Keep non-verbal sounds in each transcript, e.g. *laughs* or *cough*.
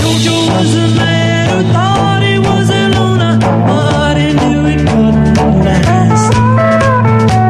Jojo was a man who thought he was a loner, but he knew he couldn't last.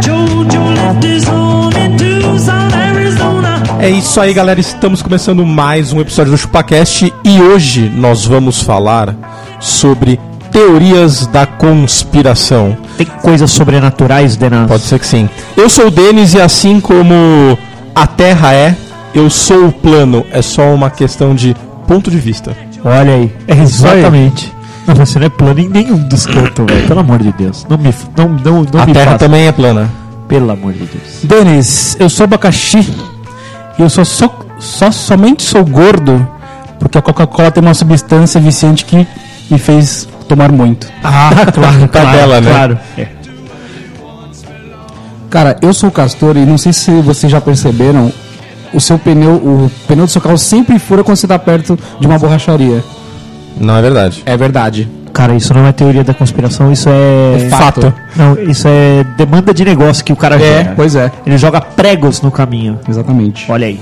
Jojo left his home in Tucson, Arizona. É isso aí, galera. Estamos começando mais um episódio do ChupaCast e hoje nós vamos falar sobre teorias da conspiração. Tem coisas sobrenaturais, Denas. Pode ser que sim. Eu sou o Denis e assim como a Terra é, eu sou o plano. É só uma questão de ponto de vista. Olha aí. É Exatamente. Não, você não é plano em nenhum dos cantos, velho. Pelo amor de Deus. Não me, não, não, não A me Terra faça. também é plana. Pelo amor de Deus. Denis, eu sou abacaxi e eu só, só, só- somente sou gordo porque a Coca-Cola tem uma substância viciante que me fez tomar muito. Ah, *laughs* *laughs* claro, Tabela, né? Claro. É. Cara, eu sou o Castor e não sei se vocês já perceberam, o seu pneu, o pneu do seu carro sempre fura quando você tá perto de uma borracharia. Não é verdade. É verdade. Cara, isso não é teoria da conspiração, isso é... fato. Não, isso é demanda de negócio que o cara É, joga. pois é. Ele joga pregos no caminho. Exatamente. Olha aí.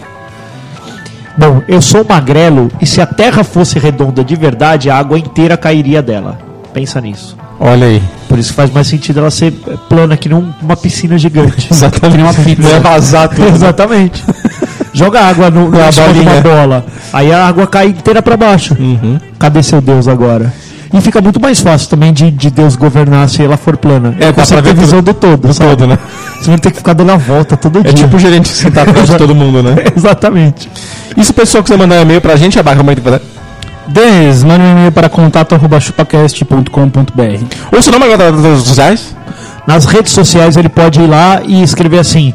Bom, eu sou magrelo e se a Terra fosse redonda de verdade, a água inteira cairia dela. Pensa nisso. Olha aí. Por isso faz mais sentido ela ser plana que não uma piscina *laughs* gigante. Exatamente. uma pizza. Não é vazar tudo. *laughs* Exatamente. Joga água no, no Na em cima de uma bolinha. Uhum. bola. Aí a água cai inteira pra baixo. Cadê seu Deus agora? E fica muito mais fácil também de, de Deus governar se ela for plana. É, dá pra consegue ter ver visão do todo, sabe? Todo, né? Você não tem que ficar dando a volta todo É dia. tipo o gerente que tá atrás de todo mundo, né? *laughs* Exatamente. E se o pessoal quiser mandar um e-mail pra gente, abarca muito. Denis, manda um e-mail para contato.chupacast.com.br. Ou se não, mas das redes sociais. Nas redes sociais ele pode ir lá e escrever assim: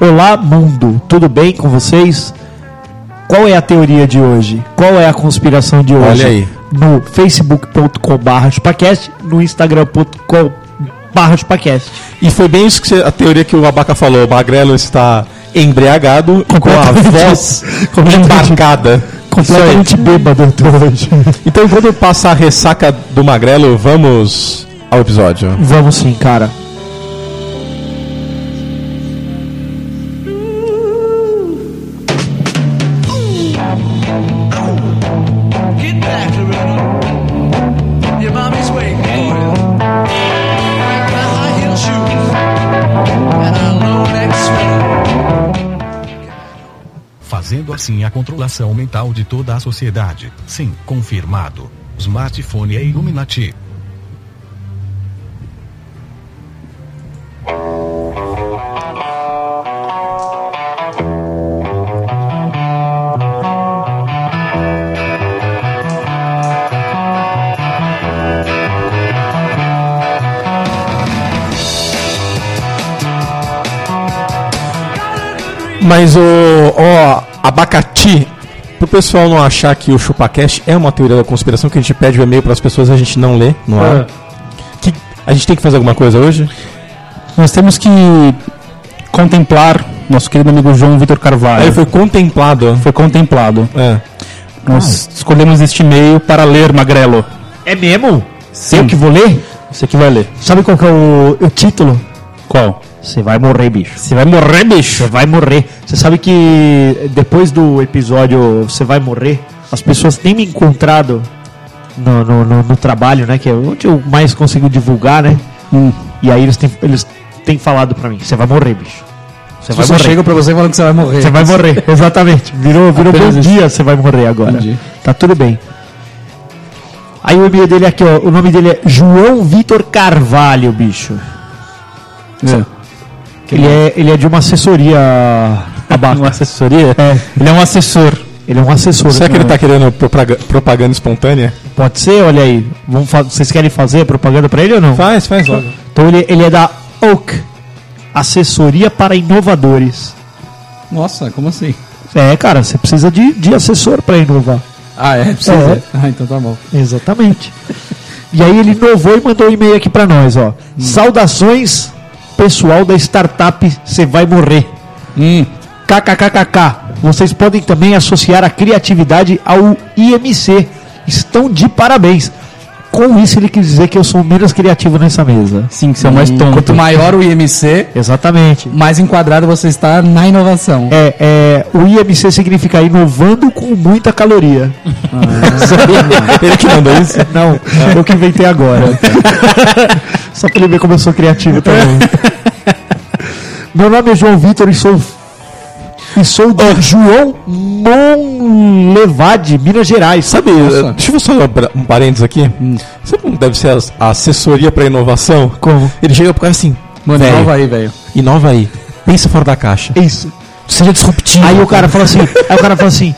Olá mundo, tudo bem com vocês? Qual é a teoria de hoje? Qual é a conspiração de hoje? Olha aí. No facebook.com.br chupacast, no instagram.com.br chupacast. E foi bem isso que você- a teoria que o Abaca falou. O Magrelo está embriagado e com a *laughs* Completamente- voz completamente- embarcada. Completamente bêbado até *laughs* hoje. Então, quando passar a ressaca do Magrelo, vamos ao episódio. Vamos sim, cara. Get back, Loretta. Your mommy's waiting for you. My high heel shoes and a low neck sweater. fazendo assim a controlação mental de toda a sociedade. Sim, confirmado. Smartphone é Illuminati. Mas o abacati, pro pessoal não achar que o ChupaCast é uma teoria da conspiração, que a gente pede o e-mail pras pessoas a gente não lê, não é? Que, a gente tem que fazer alguma coisa hoje? Nós temos que contemplar nosso querido amigo João Vitor Aí Carvalho. foi contemplado. foi contemplado. É. Ah. Nós escolhemos este e-mail para ler, Magrelo. É mesmo? Eu que vou ler? Você que vai ler. Sabe qual que é o, o título? Qual? Você vai morrer, bicho. Você vai morrer, bicho. Você vai morrer. Você sabe que depois do episódio Você Vai Morrer, as pessoas têm me encontrado no, no, no- no trabalho, né? Que é onde eu mais consigo divulgar, né? Hum. E aí eles têm, eles têm falado pra mim, você vai morrer, bicho. Você vai morrer. pra você falando que você vai morrer. Você vai *laughs* morrer, exatamente. Virou, virou bom Apenas isso. dia, você vai morrer agora. Entendi. Tá tudo bem. Aí o e-mail dele aqui, ó. O nome dele é João Vitor Carvalho, bicho. É. Ele é, ele é de uma *laughs* assessoria abaixo. Uma assessoria? É. Ele é um assessor. Ele é um assessor. Será que ele né? tá querendo propaga- propaganda espontânea? Pode ser, olha aí. Vamos fa- Vocês querem fazer propaganda pra ele ou não? Faz, faz logo. Então ele, ele é da Oak, assessoria para inovadores. Nossa, como assim? É, cara, você precisa de, de assessor pra inovar. Ah, é? Precisa? É. Ah, então tá bom. Hum. Exatamente. E aí ele inovou e mandou um e-mail aqui pra nós, ó. Saudações pessoal da startup Você Vai Morrer. Hum. KKKKK. Vocês podem também associar a criatividade ao IMC. Estão de parabéns. Com isso, ele quis dizer que eu sou o menos criativo nessa mesa. Sim, que você é o mais tonto. Quanto maior o IMC, Exatamente. mais enquadrado você está na inovação. É, é, o IMC significa inovando com muita caloria. Ah. *laughs* Ele que mandou isso? Ah. Não, eu que *laughs* inventei agora. Só pra ele ver como eu sou criativo *laughs* também. Meu nome é João Vitor e sou. E sou de Oh. João Monlevade, Minas Gerais. Sabe, eh, deixa eu só abrir um parênteses aqui. Hum. Sabe como deve ser as- a assessoria pra inovação? Como? Ele chega pro cara assim, Mano, Velho. nova aí, velho. inova aí, pensa fora da caixa. Isso. Seja disruptivo. Aí o cara fala assim, aí o cara fala assim.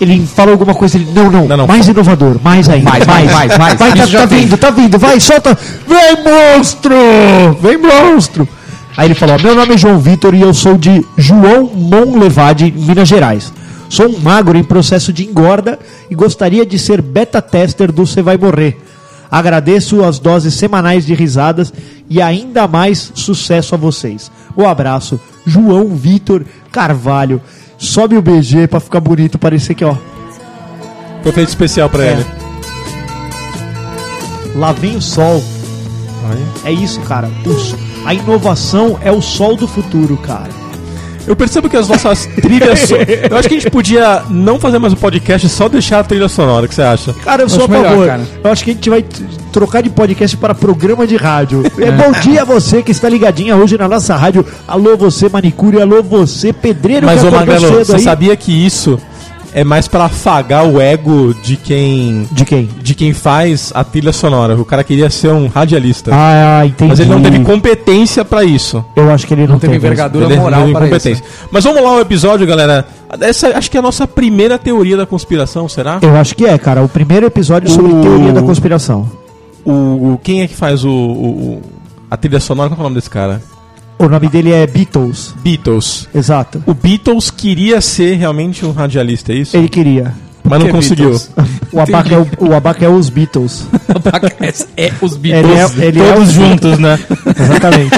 Ele fala alguma coisa, ele, não, não, Não, não. mais inovador, mais ainda, mais, mais, mais, Vai, tá, tá vindo, tá vindo, vai, solta, vem monstro, vem monstro. Aí ele falou, meu nome é João Vitor e eu sou de João Monlevade, Minas Gerais. Sou um magro em processo de engorda e gostaria de ser beta tester do Você Vai Morrer. Agradeço as doses semanais de risadas e ainda mais sucesso a vocês. Um abraço, João Vitor Carvalho. Sobe o BG pra ficar bonito, parecer que ó, Foi feito especial É. pra ele. lá vem o sol. É isso, cara. O s- a inovação é o sol do futuro, cara. Eu percebo que as nossas *laughs* trilhas. so- Eu acho que a gente podia não fazer mais um podcast e só deixar a trilha sonora, o que você acha? Cara, eu sou Acho a melhor, favor. cara. Eu acho que a gente vai t- trocar de podcast para programa *laughs* de rádio. É bom dia a você que está ligadinha hoje na nossa rádio. Alô você manicure, alô você pedreiro Mas, que ô acordou Magrelo, cedo você aí. sabia que isso é mais pra afagar o ego de quem. De quem? De quem faz a trilha sonora. O cara queria ser um radialista. Ah, entendi. mas ele não teve competência pra isso. Eu acho que ele é não, teve teve. envergadura Ele- ele moral teve para competência. Mas vamos lá ao episódio, galera. Essa acho que é a nossa primeira teoria da conspiração, será? Eu acho que é, cara. O primeiro episódio sobre O- teoria da conspiração. O, o- quem é que faz o, o- o- a trilha sonora? Qual é o nome desse cara? O nome dele é Beatles. Beatles. Exato. O Beatles queria ser realmente um radialista, é isso? Ele queria. Mas não conseguiu. O abaca, é o, o abaca é os Beatles. É os Ele Beatles. é, ele é Todos o- *laughs* juntos, né? Exatamente.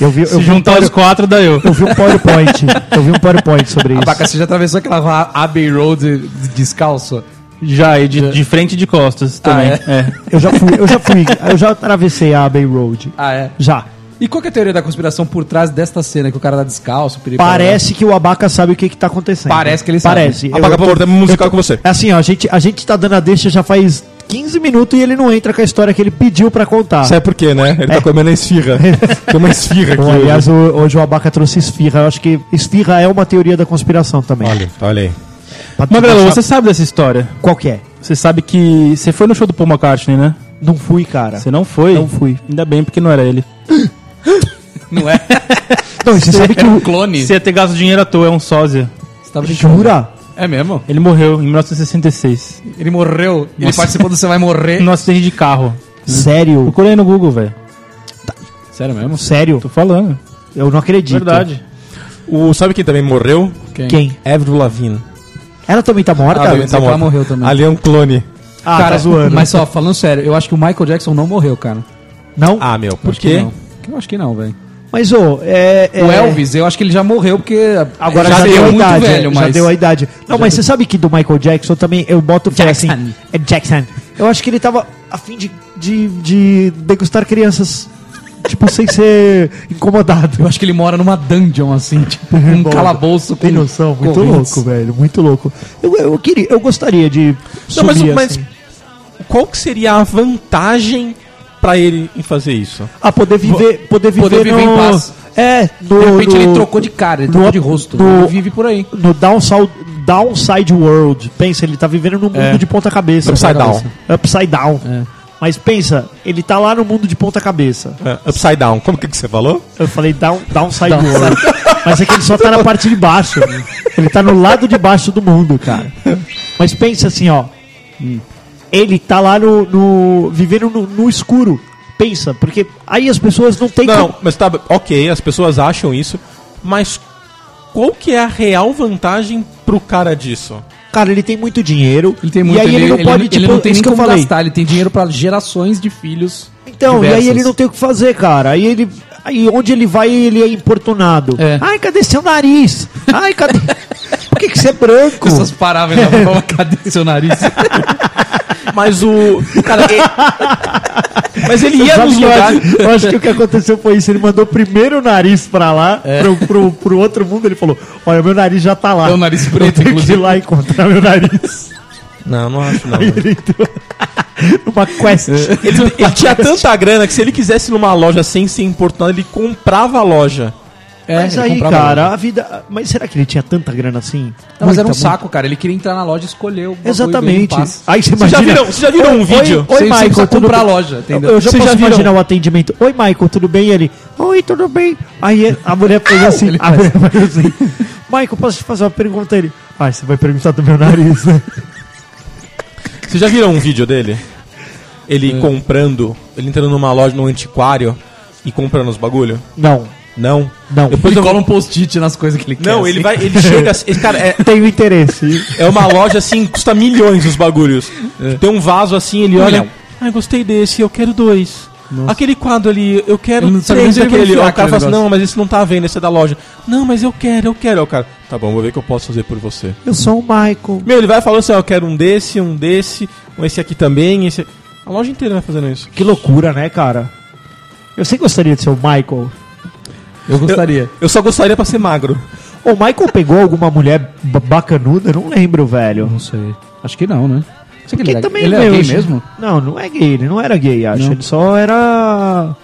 Eu vi, eu Se vi um juntar os power- quatro, dá eu. eu vi um PowerPoint. Eu vi um PowerPoint sobre isso. Abaca, você já atravessou aquela va- Abbey Road de- de- descalço? Ah, Já, e de, de frente e de costas também. é. Eu já fui, eu já fui, eu já atravessei a Bay Road. Ah, é. Já. E qual que é a teoria da conspiração por trás desta cena que o cara tá descalço? piripau, Parece que o Abaca sabe o que que tá acontecendo. Parece que ele sabe. Parece. Apaga Eu- pra porta musical com você. É assim, ó, a gente, a gente tá dando a deixa já faz 15 minutos e ele não entra com a história que ele pediu pra contar. Sabe por quê, né? Ele tá comendo a esfirra. Tem uma esfirra aqui. Ah. Bom, hoje. aliás, o- hoje o Abaca trouxe esfirra. Eu acho que esfirra é uma teoria da conspiração também. Olha, olha aí. Pra tu Magrelo, achar- você sabe dessa história? Qual que é? Você sabe que. Você foi no show do Paul McCartney, né? Não fui, cara. Você não foi? Não fui. Ainda bem, porque não era ele. Não é? Não, e você sabe que Era *laughs* um o... clone? Você ia ter gasto dinheiro à toa, é um sósia. Você tá brincando? Jura? É mesmo? Ele morreu em 1966. Ele morreu. Ele Nossa. participou do Você Vai É. Hum. Morrer. No acidente de carro. Sério? Procurei no Google, velho. Sério mesmo? Sério? Tô falando. Eu não acredito. Verdade. O, sabe quem também morreu? Quem? Avril Lavigne. Ela também tá morta? Ah, bem. Ela morta. morreu também. Ali é um clone. Ah, tá é zoando. Mas só, falando sério, eu acho que o Michael Jackson não morreu, cara. Não? Ah, meu, por Acho que quê? não. Eu acho que não, velho. Mas, ô, é, é- O Elvis, eu acho que ele já morreu porque Agora já, deu a muito idade. velho, Já mas deu a idade. Não, mas você sabe que do Michael Jackson também eu boto fé assim. Jackson. É Jackson. Eu acho que ele tava a fim de, de, de degustar crianças. Tipo, sem ser incomodado. eu acho que ele mora numa dungeon assim, *laughs* tipo, um É Bom, calabouço Tem noção, muito correntes. louco, velho. Muito louco. Eu, eu queria, eu gostaria de. Não, mas- subir, mas- assim. Qual que seria a vantagem pra ele em fazer isso? Ah, poder viver. Poder viver, poder viver no- em paz. É, no, De repente no, ele trocou de cara, ele trocou no- de rosto. no- Ele vive por aí. no downside, downside World. Pensa, ele tá vivendo num mundo É. de ponta-cabeça. Upside down. Upside down. Mas pensa, ele tá lá no mundo de ponta-cabeça. É, upside down. Como que, que você falou? Eu falei um, down, um downside world. Mas é que ele só tá na parte de baixo. Ele tá no lado de baixo do mundo, cara. Mas pensa assim, ó. Hum. Ele tá lá no. no- vivendo no, no escuro. Pensa, porque aí as pessoas não têm Não, mas tá, ok, as pessoas acham isso, mas qual que é a real vantagem pro cara disso? Cara, ele tem muito dinheiro. Ele tem muito E aí ele, não pode, tipo, ele não tem isso nem que eu como falei. gastar, ele tem dinheiro pra gerações de filhos. Então, e aí diversas. ele não tem o que fazer, cara. Aí ele. Aí onde ele vai, ele é importunado. É. Ai, cadê seu nariz? Ai, *laughs* cadê. Por que, que você é branco? Essas paráveis na boca, *laughs* cadê *laughs* seu nariz? Mas o. *laughs* Cara, ele- Mas ele ia Sabe nos que eu lugares. acho- Eu acho que o que aconteceu foi isso. Ele mandou primeiro o nariz pra lá, pro, pro- pro outro mundo. Ele falou: Olha, meu nariz já tá lá. É o nariz Eu preto, tenho que inclusive. ir lá e encontrar meu *laughs* nariz. Não, não acho não. Aí ele entrou numa quest. Ele, ele *laughs* *laughs* tinha tanta grana que se ele quisesse ir numa loja sem ser importunado, ele comprava a loja. É, mas ele aí, comprava cara, a vida. Mas será que ele tinha tanta grana assim? Não, mas Muita, era um muita. saco, cara. Ele queria entrar na loja e escolher o bagulho, ganhar um Exatamente. passe. Aí você Vocês já viram, vocês já viram um vídeo? Oi, Você- você Michael, precisa tudo comprar a bem? loja, entendeu? Eu, eu já Vocês posso já viram? imaginar o atendimento. Oi, Michael, tudo bem? E ele, oi, tudo bem? Aí *laughs* ele- a mulher fez assim, a mulher fez assim, Michael, posso te fazer uma pergunta? Ele, ai, você vai perguntar do meu nariz, né? *laughs* Vocês já viram um vídeo dele? Ele comprando, ele entrando numa loja, num antiquário e comprando os bagulho? Não, Não. não, Depois Ele eu... cola um post-it nas coisas que ele quer. Não, ele assim. vai, ele chega, assim- esse cara é, tenho interesse. é uma loja assim, custa milhões os bagulhos. Tem um vaso assim, ele olha, É. milhão. ai, gostei desse, eu quero dois. Aquele quadro ali, eu quero Ele não sabe nem três onde ele vai daquele. Ó, enfiar O cara aquele fala assim, negócio. não, mas esse não tá à venda, esse é da loja. Não, mas eu quero, eu quero. Aí O cara, tá bom, vou ver o que eu posso fazer por você. Eu sou o Michael. Meu, ele vai falando assim, ó, eu quero um desse, um desse, um esse aqui também, esse... A loja inteira vai fazendo isso. Que loucura, né, cara? Eu sei que gostaria de ser o Michael. Eu gostaria. Eu só gostaria pra ser magro. O Michael pegou alguma mulher ba- bacanuda? Eu Não lembro, velho. Não sei. Acho que não, né? Não sei que Porque ele era, também ele era meu, gay gente. mesmo? Não, não é gay, ele não era gay, acho. Não. Ele só *laughs* era.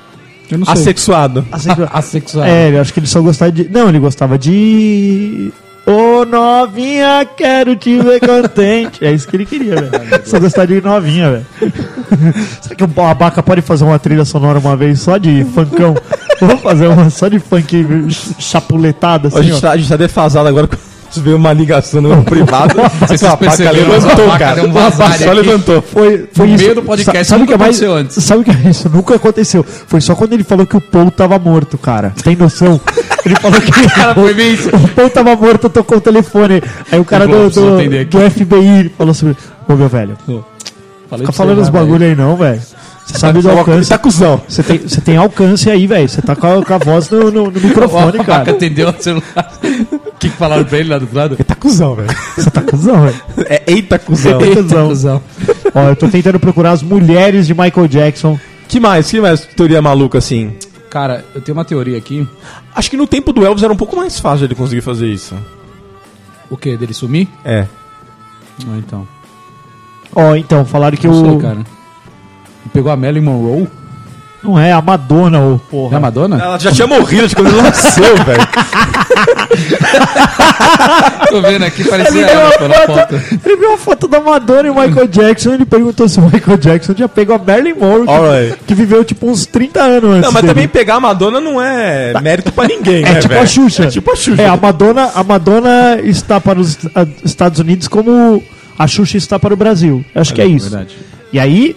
Eu não sei. Assexuado. assexuado. Asexual. É, eu acho que ele só gostava de. Não, ele gostava de. Ô novinha, quero te ver contente. É isso que ele queria, *laughs* velho. Só gostava de novinha, velho. *laughs* Será que o Abaca pode fazer uma trilha sonora uma vez só de *laughs* funkão? Vamos fazer uma só de funk ch- chapuletada, Ó, a, assim, gente ó. tá, a gente tá defasado agora *laughs* quando veio uma ligação no meu privado. *laughs* Vocês a vaca perceberam, levantou, a vaca cara. deu um vazar só aqui. levantou. Foi, foi No isso. meio do podcast, Sa- sabe o nunca que é mais, aconteceu antes. Sabe o que é isso? *laughs* Nunca aconteceu. Foi só quando ele falou que o Paul tava morto, cara. Tem *laughs* noção? Ele falou que Cara, foi bem isso. *laughs* o Paul tava morto, tocou o telefone. Aí o cara Pô, do, preciso do- atender aqui. do FBI falou assim: Ô meu velho, Falei fica pra falando você, uns vai, bagulho aí não, velho. Você sabe do Ele alcance. tá cuzão. Você tem, você tem alcance aí, velho. Você tá com a, com a voz no, no- no velho. O microfone, Abaca cara. atendeu o celular. *laughs* O que que falaram pra ele lá do outro lado? Tá cuzão, velho. Você tá cuzão, velho. É, eita cuzão. Eita, cuzão. cuzão. Ó, eu tô tentando procurar as mulheres de Michael Jackson. que mais? Que mais teoria maluca assim? Cara, eu tenho uma teoria aqui. Acho que no tempo do Elvis era um pouco mais fácil ele conseguir fazer isso. O quê? Dele sumir? É. Ah, então. Ó, então, falaram que Não o. sei, cara. Pegou a Marilyn Monroe? Não é a Madonna, ô porra. É a Madonna? Ela já tinha morrido de quando ele *laughs* nasceu, velho. Tô vendo aqui, parecia Ele deu uma ela pô, na foto. Ele viu uma foto da Madonna e o Michael Jackson e ele perguntou se o Michael Jackson já pegou a Marilyn Monroe, que, Alright. que viveu tipo uns 30 anos antes. Não, mas dele. também pegar a Madonna não é mérito pra ninguém, É, né, tipo velho? a Xuxa. É tipo a Xuxa. É, a Madonna, a Madonna está para os a- Estados Unidos como a Xuxa está para o Brasil. Eu acho que é isso. verdade. E aí,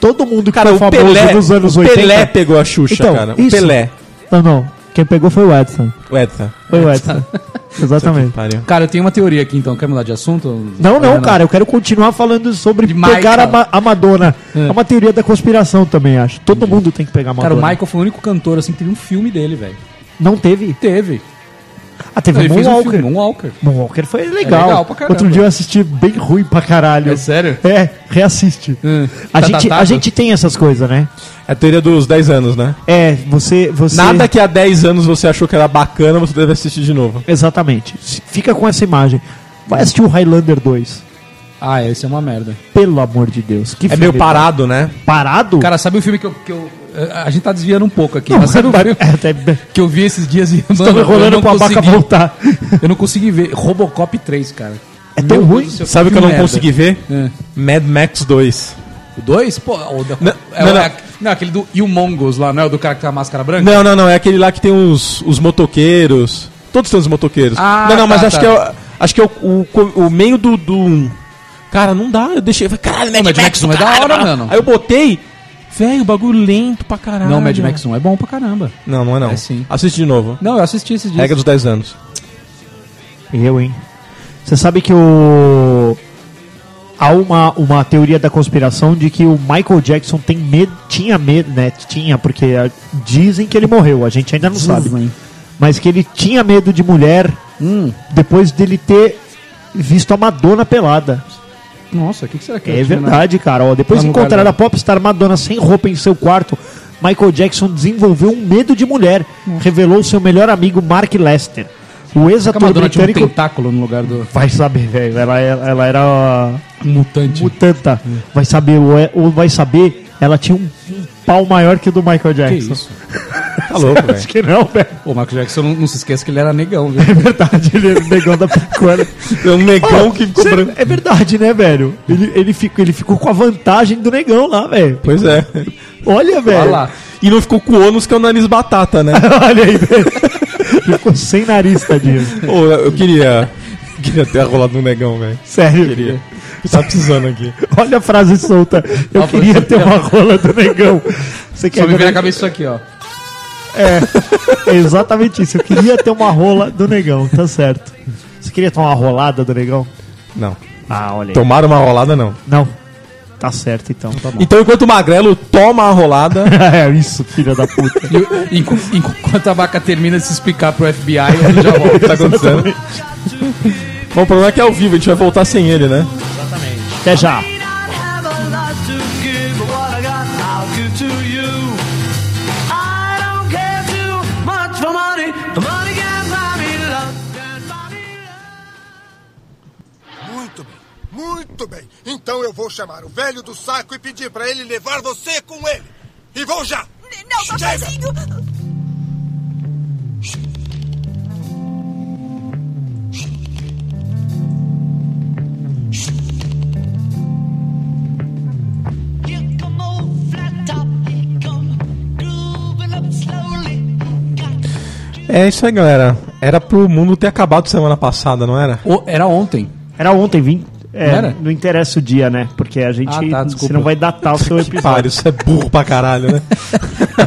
todo mundo que Cara, foi o famoso Pelé, nos anos o 80... Pelé pegou a Xuxa, Então, cara. O isso. Pelé. Não, não. Quem pegou foi o Edson. Ué, tá. Foi *laughs* o Edson. Exatamente. Pariu. Cara, eu tenho uma teoria aqui então. Quer mudar de assunto? Não, É, não, cara, eu quero continuar falando sobre De pegar Michael. a, Ma- a Madonna. É. uma teoria da conspiração também, acho. Todo mundo tem que pegar a Cara, Madonna. o Michael foi o único cantor assim que teve um filme dele, velho. Não teve? Teve. Ah, teve ele o fez um Moonwalker. filme, Moonwalker. Moonwalker foi legal. legal pra caramba. Outro dia eu assisti bem ruim pra caralho. É sério? É, reassiste. Hum. A, Tá gente, datado? a gente tem essas coisas, né? É a teoria dos 10 anos, né? É, você. você... Nada que há 10 anos você achou que era bacana, você deve assistir de novo. Exatamente. Se- Fica com essa imagem. Vai assistir o Highlander 2. Ah, esse é uma merda. Pelo amor de Deus. Que É meio filme parado, né? Parado? Cara, sabe o filme que eu. Que eu a a gente tá desviando um pouco aqui. não, mas sabe o filme *laughs* é, até... que eu vi esses dias e. Estão enrolando pra vaca voltar. Eu não consegui ver. Robocop 3, cara. É tão ruim. Sabe o que eu não consegui consegui ver? É. Mad Max 2. O 2? Pô, o da- Não, é, não, o- não. é- não, aquele do Humongous lá, não é o do cara que tem a máscara branca? Não, não, não. É aquele lá que tem os, os motoqueiros. Todos tem os motoqueiros. Ah, não, não, mas tá, acho tá. que é, o- acho que é o, o, co- o meio do, do. um. Cara, não dá. Eu deixei. eu falei, Caralho, Mad, Mad Max Max não é da cara, hora, cara. mano. Aí eu botei. Velho, o bagulho lento pra caralho. Não, Mad Max 1 é bom pra caramba. Não, não é não. É sim. Assiste de novo. Não, eu assisti esses dias. Regra dos 10 anos. Eu, hein? Você sabe que o. há uma, uma teoria da conspiração de que o Michael Jackson tem medo, tinha medo, né? Tinha, porque ah, dizem que ele morreu, a gente ainda não sabe. Dizem. Mas que ele tinha medo de mulher Hum. depois dele ter visto a Madonna pelada. Nossa, o que, que será que né? É eu tinha na- verdade, cara. Ó, depois Tá de no lugar encontrar dela. a popstar Madonna sem roupa em seu quarto, Michael Jackson desenvolveu um medo de mulher, revelou seu melhor amigo Mark Lester. O Será que a ex-ator Madonna tinha um britânico... tentáculo no lugar do Vai saber, velho. Ela, ela, ela era mutante. mutanta. Vai saber, ou, é- ou vai saber, ela tinha um, um pau maior que o do Michael Que Jackson. isso? Tá louco, velho. *laughs* Acho que não, velho. Ô, Marco Jackson, não, não se esqueça que ele era negão, viu? É verdade, ele *laughs* era o negão da picuela. É um negão que ficou Cê- branco. É verdade, né, velho? Ele, ele, ficou, ele ficou com a vantagem do negão lá, velho. Pois é. Olha, Olha velho. lá. E não ficou com o ônus que é o nariz batata, *laughs* né? *laughs* Olha aí, velho. Ficou sem nariz, tadinho. Ô, eu queria. Queria ter rolado no um negão, velho. Sério. Queria. Tá precisando aqui. Tá Olha a frase solta. Eu Olha a queria frase ter uma rola do negão. Você quer Só me ver- vem na cabeça isso aqui, ó. É exatamente isso. Eu queria ter uma rola do negão, tá certo. Você queria tomar uma rolada do negão? Não. Ah, olha aí. Tomar uma rolada, não. Não. Tá certo então, tá *laughs* bom. Então, enquanto o magrelo toma a rolada, é isso, filha da puta. E o- enqu- enqu- Enquanto a vaca termina de se explicar pro FBI, ele já volta. *laughs* tá acontecendo. Bom, o problema é que é ao vivo, a gente vai voltar sem ele, né? Até já. I'd have a lot to give, but what I got, I'll give to you. I don't care too much for money. The money can buy me love, can buy me love. Muito bem, muito bem. Então eu vou chamar o velho do saco e pedir pra ele levar você com ele. E vou já. Não, tá Chega. sozinho. Here come old flat top, here come grooving up slowly. Got É isso aí, galera. Era pro mundo ter acabado semana passada, não era? Ô, era ontem. Era ontem, vim. É, Era? não interessa o dia, né? Porque a gente Ah, tá, você desculpa. não vai datar o seu Que episódio. pariu, isso é burro pra caralho, né?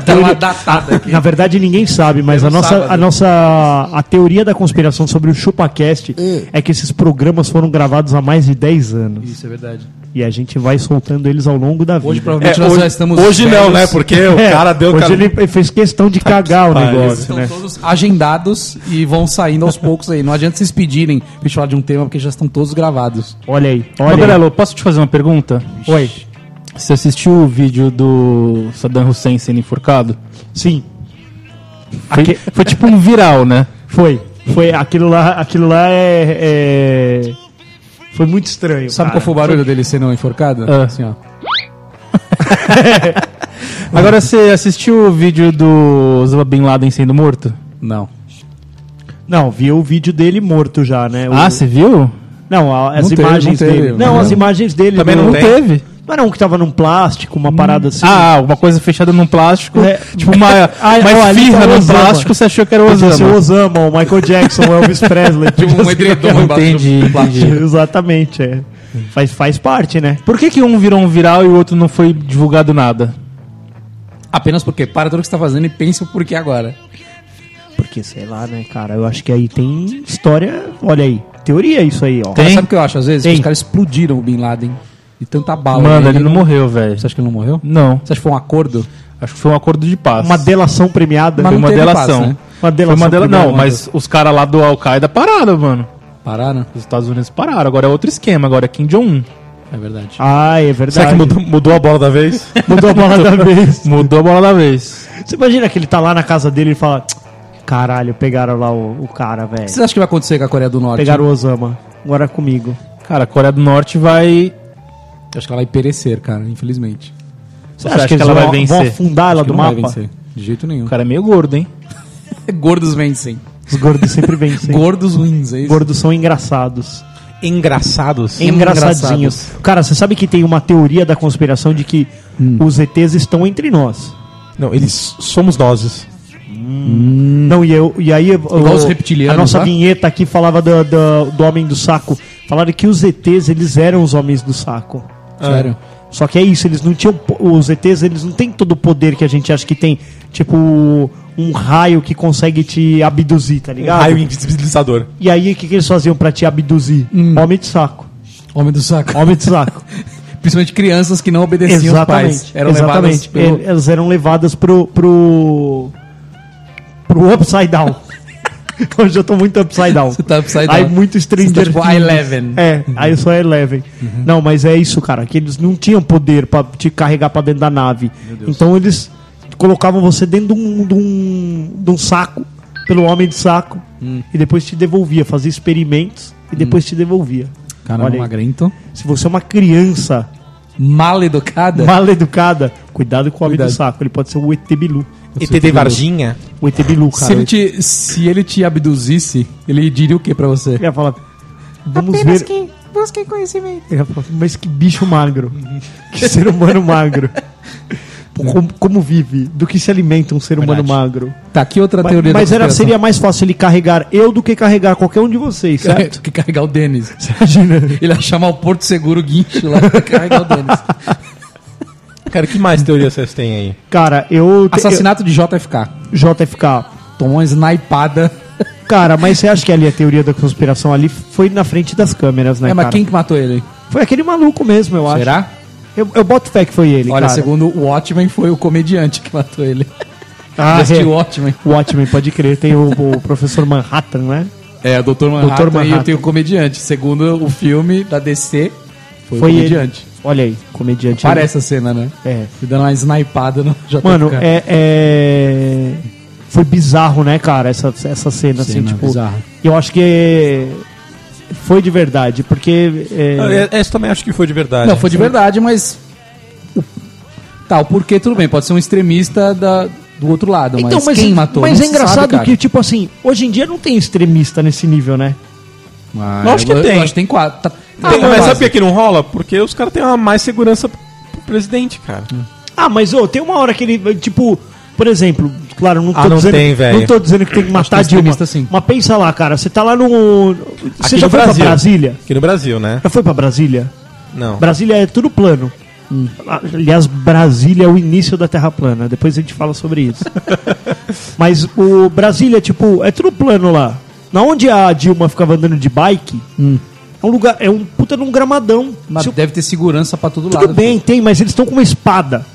Tá uma datada aqui. Na verdade, ninguém sabe, mas a Era um nossa, sábado. a nossa a teoria da conspiração sobre o ChupaCast é que esses programas foram gravados há mais de 10 anos. Isso é verdade. E a gente vai soltando eles ao longo da Hoje vida. provavelmente nós hoje já estamos. hoje não, né? Porque o É, cara deu. Hoje cara... ele fez questão de cagar o pariu. negócio, Estão né? todos agendados e vão saindo aos poucos aí. Não adianta vocês pedirem pra gente falar de um tema, porque já estão todos gravados. Olha aí, olha aí. Magrelo, posso te fazer uma pergunta? Oi. Você assistiu o vídeo do Saddam Hussein sendo enforcado? Sim, Foi, Aque- foi tipo um viral, né? foi. Foi aquilo lá, aquilo lá é, é- foi muito estranho. Sabe cara. qual foi o barulho dele sendo enforcado? Ah. Assim, ó. Agora você assistiu o vídeo do Osama Bin Laden sendo morto? Não. Não, vi o vídeo dele morto já, né? O- Ah, você viu? Não, a- as Não teve, imagens não teve, dele. Não, não. as imagens dele. Também do- não tem. teve. Não era um que tava num plástico, uma parada assim. Ah, uma coisa fechada num plástico. É. *laughs* Tipo *laughs* uma, Ah, uma ó, ali esfirra tá o num Osama. plástico, você achou que era o Podia ser o Osama. Osama, o Michael Jackson, o Elvis Presley. Tinha um edredom embaixo entendi, do plástico. *laughs* entendi. Exatamente, é. Faz, faz parte, né? Por que, que um virou um viral e o outro não foi divulgado nada? Apenas porque para tudo que você tá fazendo e pensa o porquê agora. Porque, sei lá, né, cara, eu acho que aí tem história. Olha aí, teoria isso aí, ó. Tem? Mas sabe o que eu acho? Às vezes Tem. os caras explodiram o Bin Laden de tanta bala. Mano, nele. ele não morreu, velho. Ah, Você acha que ele não morreu? Não. Você acha que foi um acordo? Acho que foi um acordo de paz. Uma delação premiada. Mas foi não uma teve delação. paz, né? Uma Foi delação uma dela... premiada. Não, mas os caras lá do Al-Qaeda pararam, mano. Pararam? Os Estados Unidos pararam. Agora é outro esquema. Agora é Kim Jong-un. É verdade. Ah, é verdade. Será que mudou, mudou a bola da vez? *laughs* Mudou a bola da vez. *laughs* Mudou a bola da vez. Você imagina que ele tá lá na casa dele e fala: Caralho, pegaram lá o, o cara, O que velho. vocês acham que vai acontecer com a Coreia do Norte? Pegaram o Osama. Agora é comigo. Cara, a Coreia do Norte vai. Eu acho que ela vai perecer, cara, infelizmente. Você acha que eles ela vai vão, vencer? vão afundar ela Acho que do não mapa? é vai vencer. De jeito nenhum. O cara é meio gordo, hein? Gordos vencem. Os gordos sempre vencem. Gordos ruins, é isso? Gordos são engraçados. *laughs* Engraçados. Engraçadinhos. Cara, você sabe que tem uma teoria da conspiração de que os ETs estão entre nós. Não, eles somos nós. Não, e, eu, e aí eu- eu- os reptilianos, a nossa tá? vinheta aqui falava do, do, do Homem do Saco. Falaram que os ETs, eles eram os Homens do Saco. Sério. Só que é isso, eles não tinham. po- Os ETs, eles não têm todo o poder que a gente acha que tem. Tipo, um raio que consegue te Um abduzir, tá ligado? Raio invisibilizador. Hum. *laughs* E aí, o que, que eles faziam pra te abduzir? Homem de saco. Homem do saco. Homem de saco. Principalmente crianças que não obedeciam os pais. Eram levadas exatamente. pelo... E- Elas eram levadas pro. pro. pro upside *laughs* down. Hoje eu tô muito upside down. Você tá upside Aí down. muito Stranger Você tá tipo Things. Eleven. Uhum. É, aí eu sou a Eleven. Não, mas é isso, cara. Que eles não tinham poder pra te carregar pra dentro da nave. Então eles colocavam você dentro de um, de um, de um saco, pelo homem de saco, Hum. e depois te devolvia, fazia experimentos e depois te devolvia. Caramba, Olha aí. magrento. Se você é uma criança Mal educada. mal educada, cuidado com o homem Cuidado. do saco. Ele pode ser o ET Bilu. ETD Varginha? O ET Bilu, Se cara. ele, te, se ele te abduzisse, ele diria o que pra você? Ele ia falar, vamos ver... Que, conhecimento. Ele ia falar, mas que bicho magro. que ser humano *laughs* magro. Pô, como, como vive? Do que se alimenta um ser humano magro? Tá, aqui outra Mas, teoria da mas era, conspiração. seria mais fácil ele carregar eu do que carregar qualquer um de *laughs* vocês, É. Cara, certo? que carregar o *laughs* Denis. Imagina. Ele ia chamar o Porto Seguro Guincho lá pra carregar o Denis. *laughs* Cara, que mais teorias vocês têm *laughs* aí? Cara, eu... Assassinato de JFK. eu- JFK. Tomou uma snipada. Cara, mas você acha que ali a teoria da conspiração ali foi na frente das câmeras, né, é, mas cara? quem que matou ele? Foi aquele maluco mesmo, eu acho. Será? Eu, eu boto fé que foi ele, Olha, cara. segundo o Watchmen, foi o comediante que matou *laughs* ele. Ah, Assisti é. o Watchmen. *laughs* Watchmen, pode crer. Tem o, o professor Manhattan, né? É, o Dr. Manhattan, Dr. e Manhattan. eu tenho o comediante. Segundo o filme da DC, foi, Foi o ele. comediante. Olha aí, comediante. Parece a cena, né? É. E dando uma snipada no JFK. Mano, é, é- Foi bizarro, né, cara, essa, essa cena, assim, Cena tipo... bizarra. Eu acho que... Foi de verdade, porque... é, Essa também acho que foi de verdade. Não, foi de verdade, mas. o- Tá, o porquê tudo bem, pode ser um extremista da- do outro lado, mas, quem matou Mas Não é se engraçado sabe, cara. que, tipo assim, hoje em dia não tem extremista nesse nível, né? Ah, Lógico que eu- eu tem. Acho que tem quatro. Tá- Tem- tá Ah, mas quase. sabe por que não rola? Porque os caras têm uma mais segurança pro pro presidente, cara. Ah, mas ô, tem uma hora que ele, tipo, por exemplo, claro, não tô Ah, não dizendo, tem, velho. não tô dizendo que tem que matar Acho que é Dilma. extremista, sim. Mas pensa lá, cara, você tá lá no Você Aqui já no foi Brasil. pra Brasília? Aqui no Brasil, né? Já foi pra Brasília? *laughs* Não. Brasília é tudo plano. Aliás, Brasília é o início da Terra plana. Depois a gente fala sobre isso. Mas o Brasília, tipo, é tudo plano lá. Na onde a Dilma ficava andando de bike, é um lugar, é um puta de um gramadão. Mas Se- deve ter segurança pra todo lado. tudo bem, tem, mas eles estão com uma espada.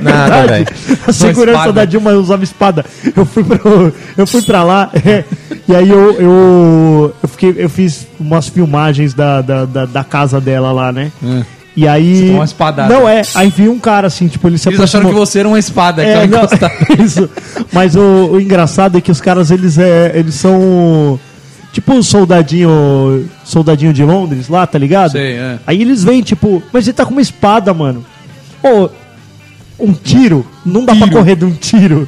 Nada, velho. *laughs* A segurança espada. da Dilma usava espada. Eu fui pra, eu fui pra lá *laughs* é, e aí eu, eu, eu, fiquei, eu fiz umas filmagens da, da, da, da casa dela lá, né? E aí. É. Você tomou uma espadada. Não, é. Aí vi um cara assim, tipo, ele se Eles acharam que aproximou. você era uma espada que É, tava não, encostada. *laughs* isso. Mas o, o engraçado é que os caras, eles, é, eles são. Tipo um soldadinho. Soldadinho de Londres lá, tá ligado? Sei, é. Aí eles vêm, tipo, mas ele tá com uma espada, mano. Ô, um tiro? Não dá pra correr de um tiro.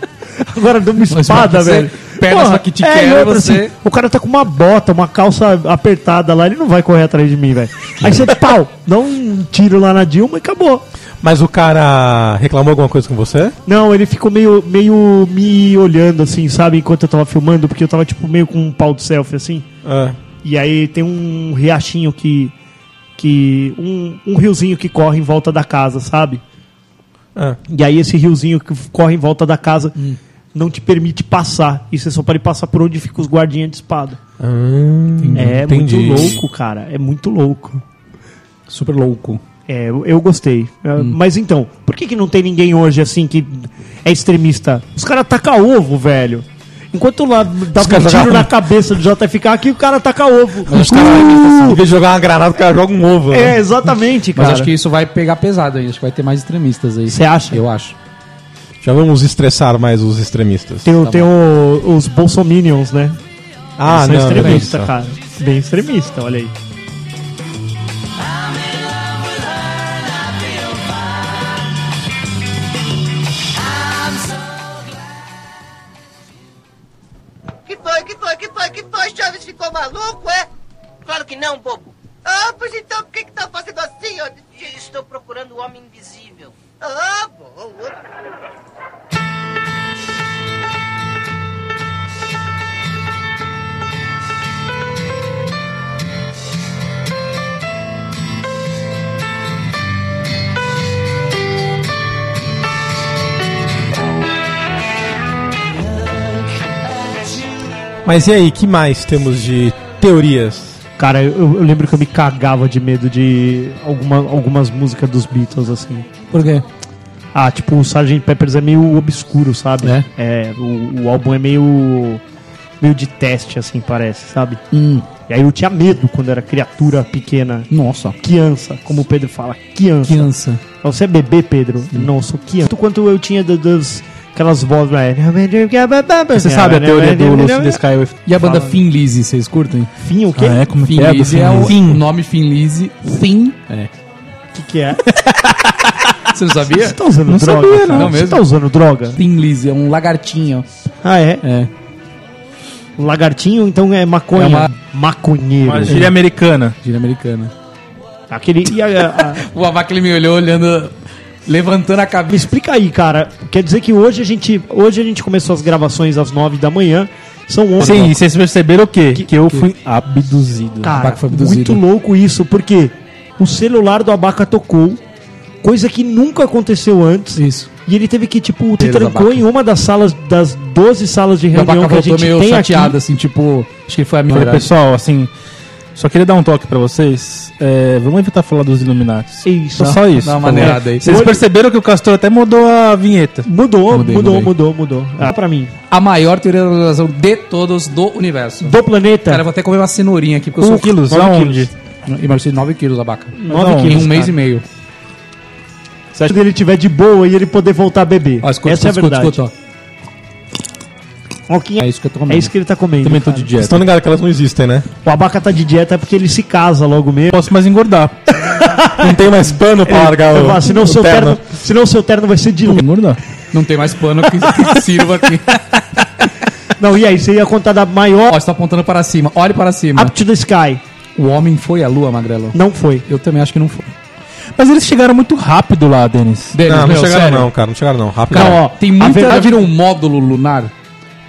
Agora de uma espada, você- velho. é, pernas pra que te e quebra, outra, você- o cara tá com uma bota, uma calça apertada lá, ele não vai correr atrás de mim, velho. Aí *laughs* você, pau, dá um tiro lá na Dilma e acabou. Mas o cara reclamou alguma coisa com você? Não, ele ficou meio, meio me olhando assim, sabe, enquanto eu tava filmando, porque eu tava tipo meio com um pau de selfie assim. Ah. E aí tem um riachinho que. que um, um riozinho que corre em volta da casa, sabe? Ah. E aí esse riozinho que corre em volta da casa não te permite passar. E você só pode passar por onde ficam os guardinhas de espada. é entendi. muito louco, cara. É muito louco. Super louco. É, eu eu gostei. É, Mas então, por que, que não tem ninguém hoje assim que é extremista? Os caras tacam ovo, velho. *laughs* Enquanto lá dá um caras tiro jogam- na cabeça do JFK, aqui o cara taca ovo. Os caras, em vez de jogar uma granada, o cara joga um ovo. né? É, exatamente, Mas cara. acho que isso vai pegar pesado ainda. Acho que vai ter mais extremistas aí. Você acha? Eu acho. Já vamos estressar mais os extremistas. Tá Tem, o- tem o- os bolsominions, né? Ah, São não, não, não. extremista, cara. Bem extremista, olha aí. Que foi, que foi, que foi, que foi? Chaves ficou maluco, é? Claro que não, bobo. Ah, pois então, por que que tá fazendo assim? ó? Eu estou procurando o homem invisível. Ah, bom. Mas e aí, que mais temos de teorias? Cara, eu, eu lembro que eu me cagava de medo de alguma, algumas músicas dos Beatles, assim. Por quê? Ah, tipo, o Sgt. Peppers é meio obscuro, sabe? É. o, o álbum é meio. meio de teste, assim, parece, sabe? Hum, E aí eu tinha medo quando era criatura pequena. Nossa. Criança, como o Pedro fala, criança. Criança. Você é bebê, Pedro? Não, eu sou criança. Tanto quanto eu tinha da- das. Aquelas vozes lá. é, Você sabe a né? teoria do Assim, Lucy the Sky with- E a banda Fala. Finlise, vocês curtem? Fim, o quê? Ah, é? Como que é? do Finlise é, o Fim. o nome Finlise. Thin. É. O que, que é? Você não sabia? Você tá usando Não droga? sabia, cara? não. Você Mesmo? tá usando droga? Finlise, é um lagartinho. Ah, é? É. Lagartinho, então é maconha. É uma- Maconheiro. Uma gíria é americana. Gira americana. Aquele. e é a- a- a- O Avac ele me olhou olhando, levantando a Me cabeça. explica aí, cara. Quer dizer que hoje a gente, hoje a gente começou as gravações às 9 da manhã. São 11. Sim, e vocês perceberam o quê? Que, eu que- fui abduzido. cara, Abaca foi muito abduzido. louco isso, porque o celular do Abaca tocou, coisa que nunca aconteceu antes. Isso. E ele teve que, tipo, te Deus, trancou Abaca. em uma das salas, das 12 salas de O Abaca reunião que a voltou gente meio tem chateado, aqui. assim, tipo... Acho que ele foi amigo. Olha, pessoal, assim, só queria dar um toque pra vocês. É, vamos evitar falar dos Illuminati. Isso. Só, só isso. dá uma por favor. maneirada aí. Vocês perceberam que o Castor até mudou a vinheta. Mudou, Mudei, mudou, mudei. mudou, mudou. Ah, pra mim. A maior teoria da organização de todos do universo. Do Um planeta, Cara, eu vou até comer uma cenourinha aqui, porque eu sou... um quilos, nove aonde? Emagreci 9 quilos, Abaca. 9 Em quilos. um mês cara. e meio. Se ele estiver de boa e ele poder voltar a beber. Ó, escuta, Essa escuta, é a verdade. escuta, escuta, Roquinha, ó. É isso que eu tô é comendo. isso que ele tá comendo. Também tô de Vocês dieta. estão ligados que elas não existem, né? O abaca tá de dieta porque ele se casa logo mesmo. Posso mais *laughs* engordar. Não tem mais pano pra largar Eu o, falo, senão, o "Ah, seu terno, senão seu terno vai ser de lã. engordar. Não tem mais pano que, que sirva aqui. Não, e aí, você ia contar da Ó, maior você tá apontando para cima. Olhe para cima. Up to the Sky. O homem foi à lua, Magrelo. Não foi. Eu também acho que não foi. Mas eles chegaram muito rápido lá, Denis. Denis, Não, não meu, chegaram sério. não, cara. Não chegaram não. Rápido. Cara, Não, ó, tem a muita... verdade- Vira um módulo lunar.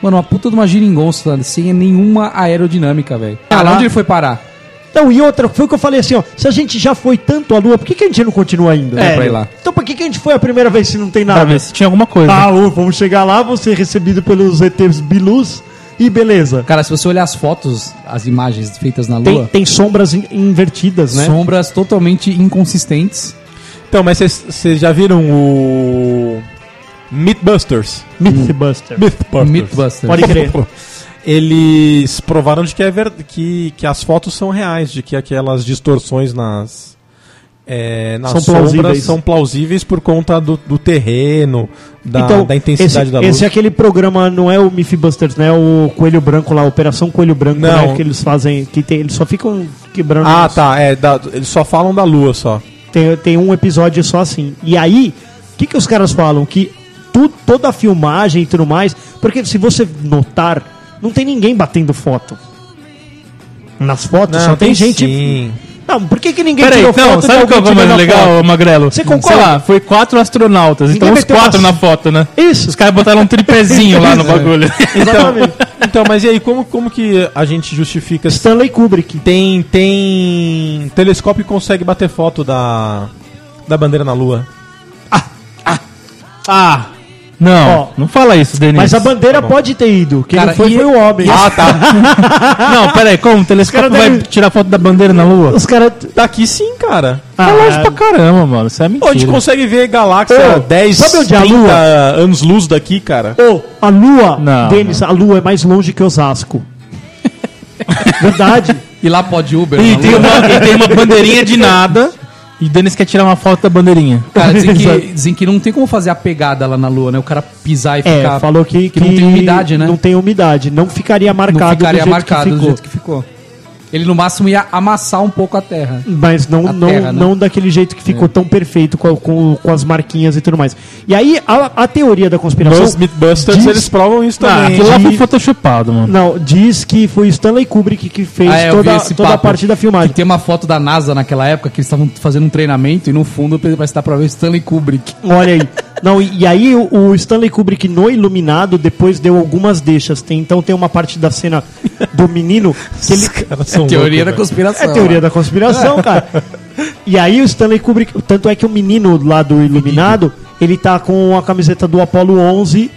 Mano, uma puta de uma giringonça sem nenhuma aerodinâmica, velho. Ah, Cara, lá. onde ele foi parar? Não, e outra, foi o que eu falei assim, ó. Se a gente já foi tanto à lua, por que, que a gente não continua ainda? É, pra ir lá. Então por que, que a gente foi a primeira vez se não tem Pra nada? ver se tinha alguma coisa. Ah, ô, vamos chegar lá, vou ser recebido pelos ETs Bilus e beleza. Cara, se você olhar as fotos, as imagens feitas na Tem, lua, tem sombras in- invertidas, né? sombras totalmente inconsistentes. Então, mas vocês- vocês já viram o... Mythbusters? Mythbuster. Mythbusters. Mythbusters. Pode crer. Eles provaram de que, é ver... que, que as fotos são reais, de que aquelas distorções nas, é, nas São sombras plausíveis. são plausíveis por conta do, do terreno, da, da intensidade Então, esse, da luz. Esse é aquele programa, não é o Mythbusters, né? É o Coelho Branco lá, Operação Coelho Branco, Não. né? Que eles fazem, que tem, eles só ficam quebrando. Ah, os- tá. É, da- eles só falam da lua só. Tem, tem um episódio só assim. E aí, o que, que os caras falam? Que tu- toda a filmagem e tudo mais. Porque se você notar, não tem ninguém batendo foto. Nas fotos só Ah, tem, gente. sim. Não, por que, que ninguém Peraí, não, de sabe o que alguém foi mais tirando a legal, foto? Magrelo? Você concorda? Sei lá, foi quatro astronautas, Ninguém então os meteu quatro uma- na foto, né? Isso. Os caras botaram um tripézinho lá no é. bagulho. Então, Exatamente. *laughs* então, mas e aí, como, como que a gente justifica se Stanley Kubrick. tem, tem telescópio que consegue bater foto da, da bandeira na lua? Ah! Não, Ó, não fala isso, Denis. Mas a bandeira pode ter ido. Quem Cara, não foi e- foi o homem. Ah, tá. não, peraí, como? O telescópio Os caras vai devem- tirar foto da bandeira na lua? Os caras. Daqui Tá sim, cara. é longe pra caramba, mano. Isso é Pô, a gente mentira. consegue ver galáxia Ô, 10, sabe onde é a 30 Lua? anos-luz daqui, cara. Ô, a lua, Não, Denis, a lua é mais longe que Osasco. *laughs* Verdade. E lá pode Uber. né? E na tem, lua. um- uma, e tem uma bandeirinha de nada. E o Denis quer tirar uma foto da bandeirinha. Cara, *laughs* dizem que, dizem que não tem como fazer a pegada lá na lua, né? O cara pisar e É, ficar. falou que, Tá. que não tem umidade, né? Não tem umidade. Não ficaria marcado não ficaria do jeito marcado que do ficou. jeito que ficou. Ele no máximo ia amassar um pouco a terra. Mas não, A não, terra, né? não daquele jeito que ficou tão perfeito com, a- com, com as marquinhas e tudo mais. E aí, a, a teoria da conspiração. Nos Mythbusters, diz- eles provam isso Ah, também. né? aquilo lá De- foi photoshopado, mano. Não, diz que foi Stanley Kubrick que fez Ah, é, eu vi toda, esse toda a papo. parte da E filmagem. *laughs* tem uma foto da NASA naquela época que eles estavam fazendo um treinamento e no fundo parece que dá pra ver Stanley Kubrick. Olha aí. Não, e e aí o, o Stanley Kubrick no Iluminado depois deu algumas deixas. Tem- então tem uma parte da cena do menino que ele. É teoria da conspiração. É teoria da conspiração, cara. E aí o Stanley Kubrick, tanto é que o menino lá do Iluminado, ele tá com a camiseta do Apollo 11,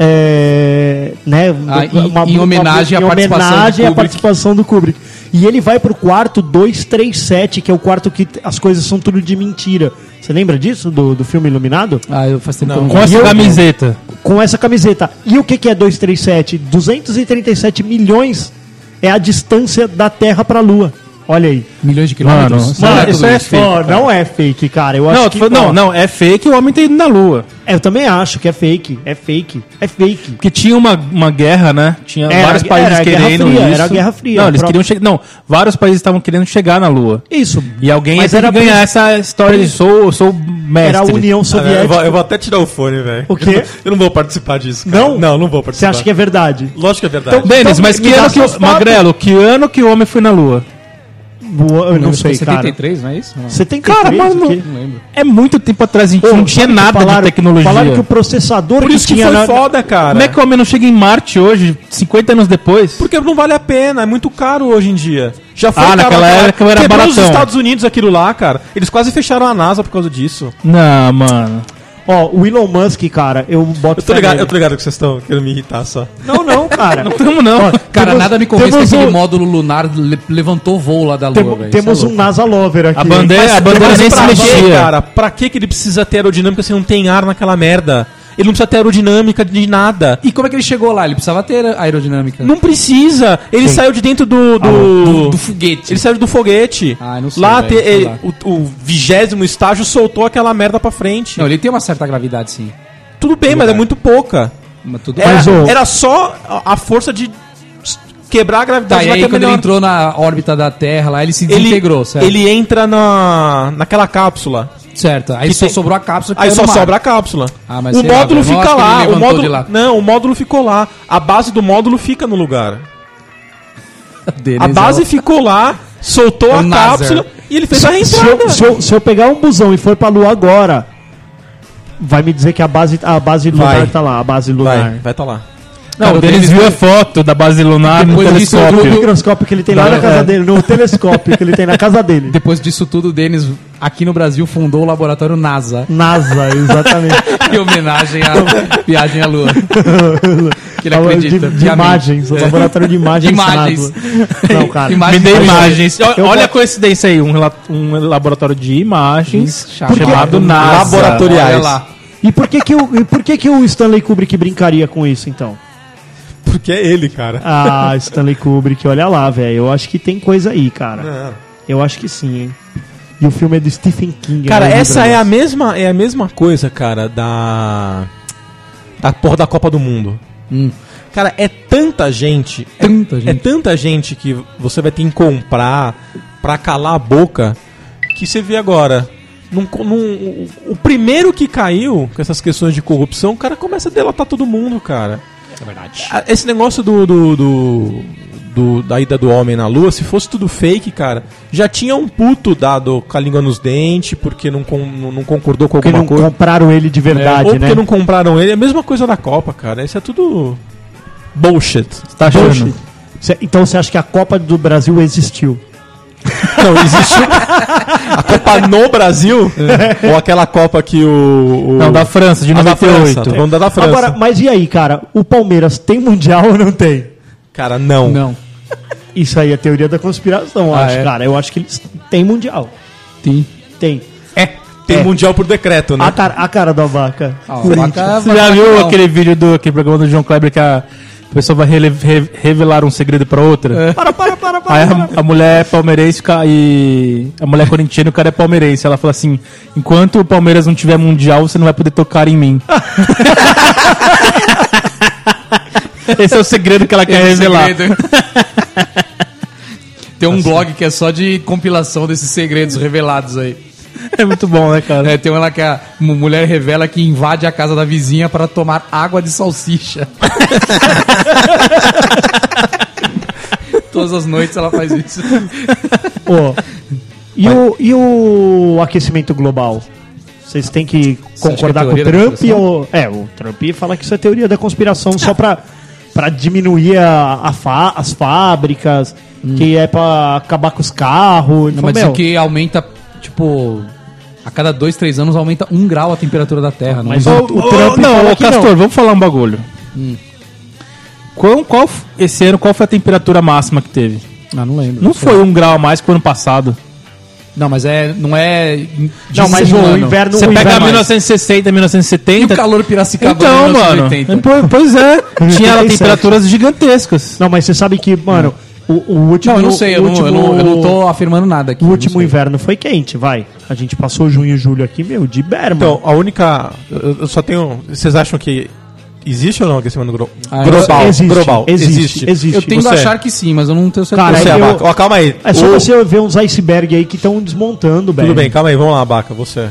é, é, né, Ah, em- em homenagem à em participação do homenagem à Kubrick. participação do Kubrick. E ele vai pro quarto 237, que é o quarto que t- as coisas são tudo de mentira. Você lembra disso, do, do filme Iluminado? Ah, eu faz tempo que eu Com essa E eu- camiseta. com essa camiseta. E o que, que é 237? 237 milhões é a distância da Terra para a Lua. Olha aí. Milhões de quilômetros. Mano, Não mano, isso é fake, ó, não é fake, cara. Eu acho Não, que, tu- ó, não, não, é fake o homem ter ido na lua. Eu também acho que é fake. É fake. É fake. Porque tinha uma, uma guerra, né? Tinha Era- vários países era a Guerra querendo Fria, isso. era a Guerra Fria, Não, eles pro- queriam chegar. Não, vários países estavam querendo chegar na lua. Isso. E alguém Mas ia ter era que ganhar prin- essa história de sou, sou mestre. Era a União eu, vou, Soviética. eu vou até tirar o fone, velho. O quê? *laughs* Eu não vou participar disso. cara. Não? Não, não vou Você participar. acha que é verdade? Lógico que é verdade. Então- Denis, mas me que dá ano que seus o... papos. Magrelo, que ano que o homem foi na lua? Boa, eu não, Acho que é sei, cara. 73, não é isso? Não. 73, Cara, mas não- o quê? Não lembro. É muito tempo atrás, a gente Pô, não tinha sabe que nada falaram- de tecnologia. Falaram que o processador Por isso que tinha foi na- foda, cara. Como é que o homem não chega em Marte hoje, 50 anos depois? Porque não vale a pena, é muito caro hoje em dia. Já foi Ah, caro naquela pra- época era Quebrou os baratão. Estados Unidos aquilo lá, cara. Eles quase fecharam a NASA por causa disso. Não, mano. Ó, o Elon Musk, cara, eu boto Eu tô fé ligado, nele. eu tô ligado que vocês estão querendo me irritar só. Não, *laughs* não, cara. Não tamo não. Cara, Temos- nada me convence que temos aquele um- módulo lunar le- levantou voo lá da Lua, Temo- velho. Isso é temos um louco. NASA Lover aqui. A bandeira- Mas- a bandeira mas nem se pra- pra quê, mexia. cara? Pra que que ele precisa ter aerodinâmica se não tem ar naquela merda? Ele não precisa ter aerodinâmica de nada. E como é que ele chegou lá? Ele precisava ter aerodinâmica. Não precisa. Ele saiu de dentro do. Do, Ah, Do foguete. Ele saiu do foguete. Ah, não sei, Lá, velho, te- sei ele- lá. o, o vigésimo estágio soltou aquela merda pra frente. Não, ele tem uma certa gravidade, sim. Tudo bem, mas é muito pouca. Mas tudo Era, bem. ô- era só a a força de s- quebrar a Tá, gravidade e lá aí que é quando ele melhor. entrou na órbita da Terra lá, ele se Ele- desintegrou, certo? Ele entra na, naquela cápsula. Certo. Aí Que só tem- sobrou a cápsula que Aí caiu só no mar. sobra a cápsula. Ah, mas o sei lá, módulo velho, eu fica acho que lá, ele o levantou módulo de lá. Não, o módulo ficou lá. A base do módulo fica no lugar. Deles, A base é ficou lá, soltou É o a Nazar. cápsula e ele fez a Se, se, reentrada. eu, se, eu, se eu pegar um busão e for pra lua agora, vai me dizer que a base, a base lunar Vai. tá lá, a base lunar. Vai, vai tá lá. Não, Cara, o Denis viu a foto da base lunar no Depois disso, telescópio. No microscópio que ele tem lá na casa dele, no telescópio que ele *laughs* tem na casa o- dele. Depois disso tudo, o Denis, aqui no Brasil, fundou o laboratório NASA. NASA, exatamente. *laughs* em homenagem à viagem à Lua. que ele acredita. É. de, de piamente. imagens, o laboratório de imagens. Imagens. NASA. Não, cara. Me *laughs* Imagens dê do- imagens. O- eu Olha vou- a coincidência aí, um, rela- um laboratório de imagens Chamado chamado NASA. Olha Laboratoriais. lá. E por que que, o, e por que que o Stanley Kubrick brincaria com isso, então? Porque é ele, cara. Ah, Stanley Kubrick, olha lá, velho. Eu acho que tem coisa aí, cara. Eu acho que sim, hein. E o filme é do Stephen King. Cara, né, essa lembra é a disso? mesma é a mesma coisa, cara, da da porra da Copa do Mundo. Hum. Cara, é tanta gente, é- Tanta gente. é tanta gente que você vai ter que comprar pra calar a boca que você vê agora. Num co- num- o- o primeiro que caiu com essas questões de corrupção, o cara começa a delatar todo mundo, cara. A- Esse negócio do, do, do- do- da ida do homem na lua, se fosse tudo fake, cara, já tinha um puto dado com a língua nos dentes porque não, com- não- não concordou com Porque alguma não coisa. compraram ele de verdade, Ou porque né? não compraram ele. É a mesma coisa da Copa, cara. Isso é tudo bullshit. Tá achando? Bullshit. Cê- então você acha que a Copa do Brasil existiu? Não, existe a Copa *laughs* no Brasil ou aquela Copa que o... o- É Não, da França, de a É. da 98. França. tá. Vamos dar da França. Agora, mas e aí, cara? O Palmeiras tem mundial ou não tem? cara, não. Não. Isso aí é teoria da conspiração, eu Ah, acho, é? cara. Eu acho que eles têm mundial. Sim. Tem. É, tem É. mundial por decreto, né? A cara, a cara da vaca. Ah, o Vaca- Você já viu Não. aquele vídeo do aquele programa do João Kleber que a pessoa vai rele- re- revelar um segredo pra outra? É. Para, para, para, para. Aí a, a mulher é palmeirense ca- e a mulher corintiana e o cara é palmeirense. Ela fala assim: enquanto o Palmeiras não tiver mundial, você não vai poder tocar em *laughs* mim. Esse é o segredo que ela quer Esse revelar. segredo. *laughs* Tem um blog que é só de compilação desses segredos revelados aí. É muito bom, né, cara? É, tem uma lá que a mu- mulher revela que invade a casa da vizinha para tomar água de salsicha. *laughs* Todas as noites ela faz isso. Ô, e, o, e o aquecimento global? Vocês têm que concordar acha com que é o teoria da Trump ou. É, o Trump fala que isso é teoria da conspiração só pra, pra diminuir a, a fa- as fábricas, que é pra acabar com os carros. Ele Hum. Não, falou, mas isso "Meu, que aumenta, tipo, a cada dois, três anos aumenta um grau a temperatura da Terra. Não Mas aumenta- o, o Trump não, fala ô, que não. Castor, vamos falar um bagulho. Qual, qual, f- esse ano, qual foi a temperatura máxima que teve? Ah, não lembro. Não foi um grau a mais que o ano passado. Não, mas é, não é. Não, um mas o dissimulando. inverno- Você o pega inverno- 1960, E o 1970. calor Piracicaba né, Então, de mano. 1980? po- Pois é. Tinha lá 87. temperaturas gigantescas. Não, mas você sabe que, mano, o, o último. Não, eu não sei, eu, o não, eu, não, eu não último- tô afirmando nada aqui. O eu não último sei. inverno foi quente, vai. A gente passou junho e julho aqui, meu, de berma. Então, a única. Eu eu só tenho. Vocês acham que existe ou não aquecimento glo- Ah, global? existe, global. existe, existe. Eu tendo a Você. achar que sim, mas eu não tenho certeza. Tipo, Cara, Você, é que eu- Abaca. Ó, calma aí. é só Ô, você ver uns iceberg aí que estão desmontando, velho. Tudo bem, calma aí. Vamos lá, Abaca. Você.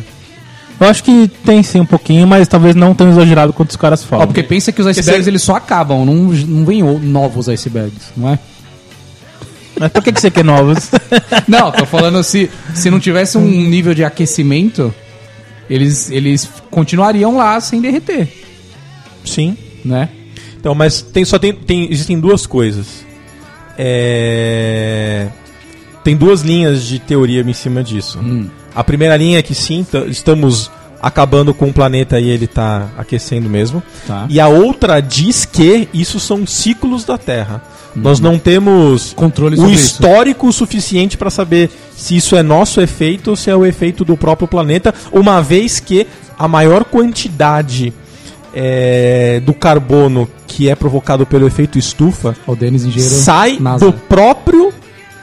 Eu acho que tem sim um pouquinho, mas talvez não tão exagerado quanto os caras Ó, falam. porque pensa que os icebergs Esse- eles só acabam, não, não vem o- novos icebergs, não é? Mas por que, que você quer novos? *laughs* Não, tô falando se, se não tivesse um nível de aquecimento, eles, eles continuariam lá sem derreter, Sim. né? Então, mas tem só tem, tem existem duas coisas. É... Tem duas linhas de teoria em cima disso. A primeira linha é que sim, t- estamos acabando com o planeta e ele está aquecendo mesmo. Tá. E a outra diz que isso são ciclos da Terra. Nós não temos Controle o sobre isso. histórico suficiente para saber se isso é nosso efeito ou se é o efeito do próprio planeta, uma vez que a maior quantidade é, do carbono que é provocado pelo efeito estufa O Denis Engenheiro sai NASA. do próprio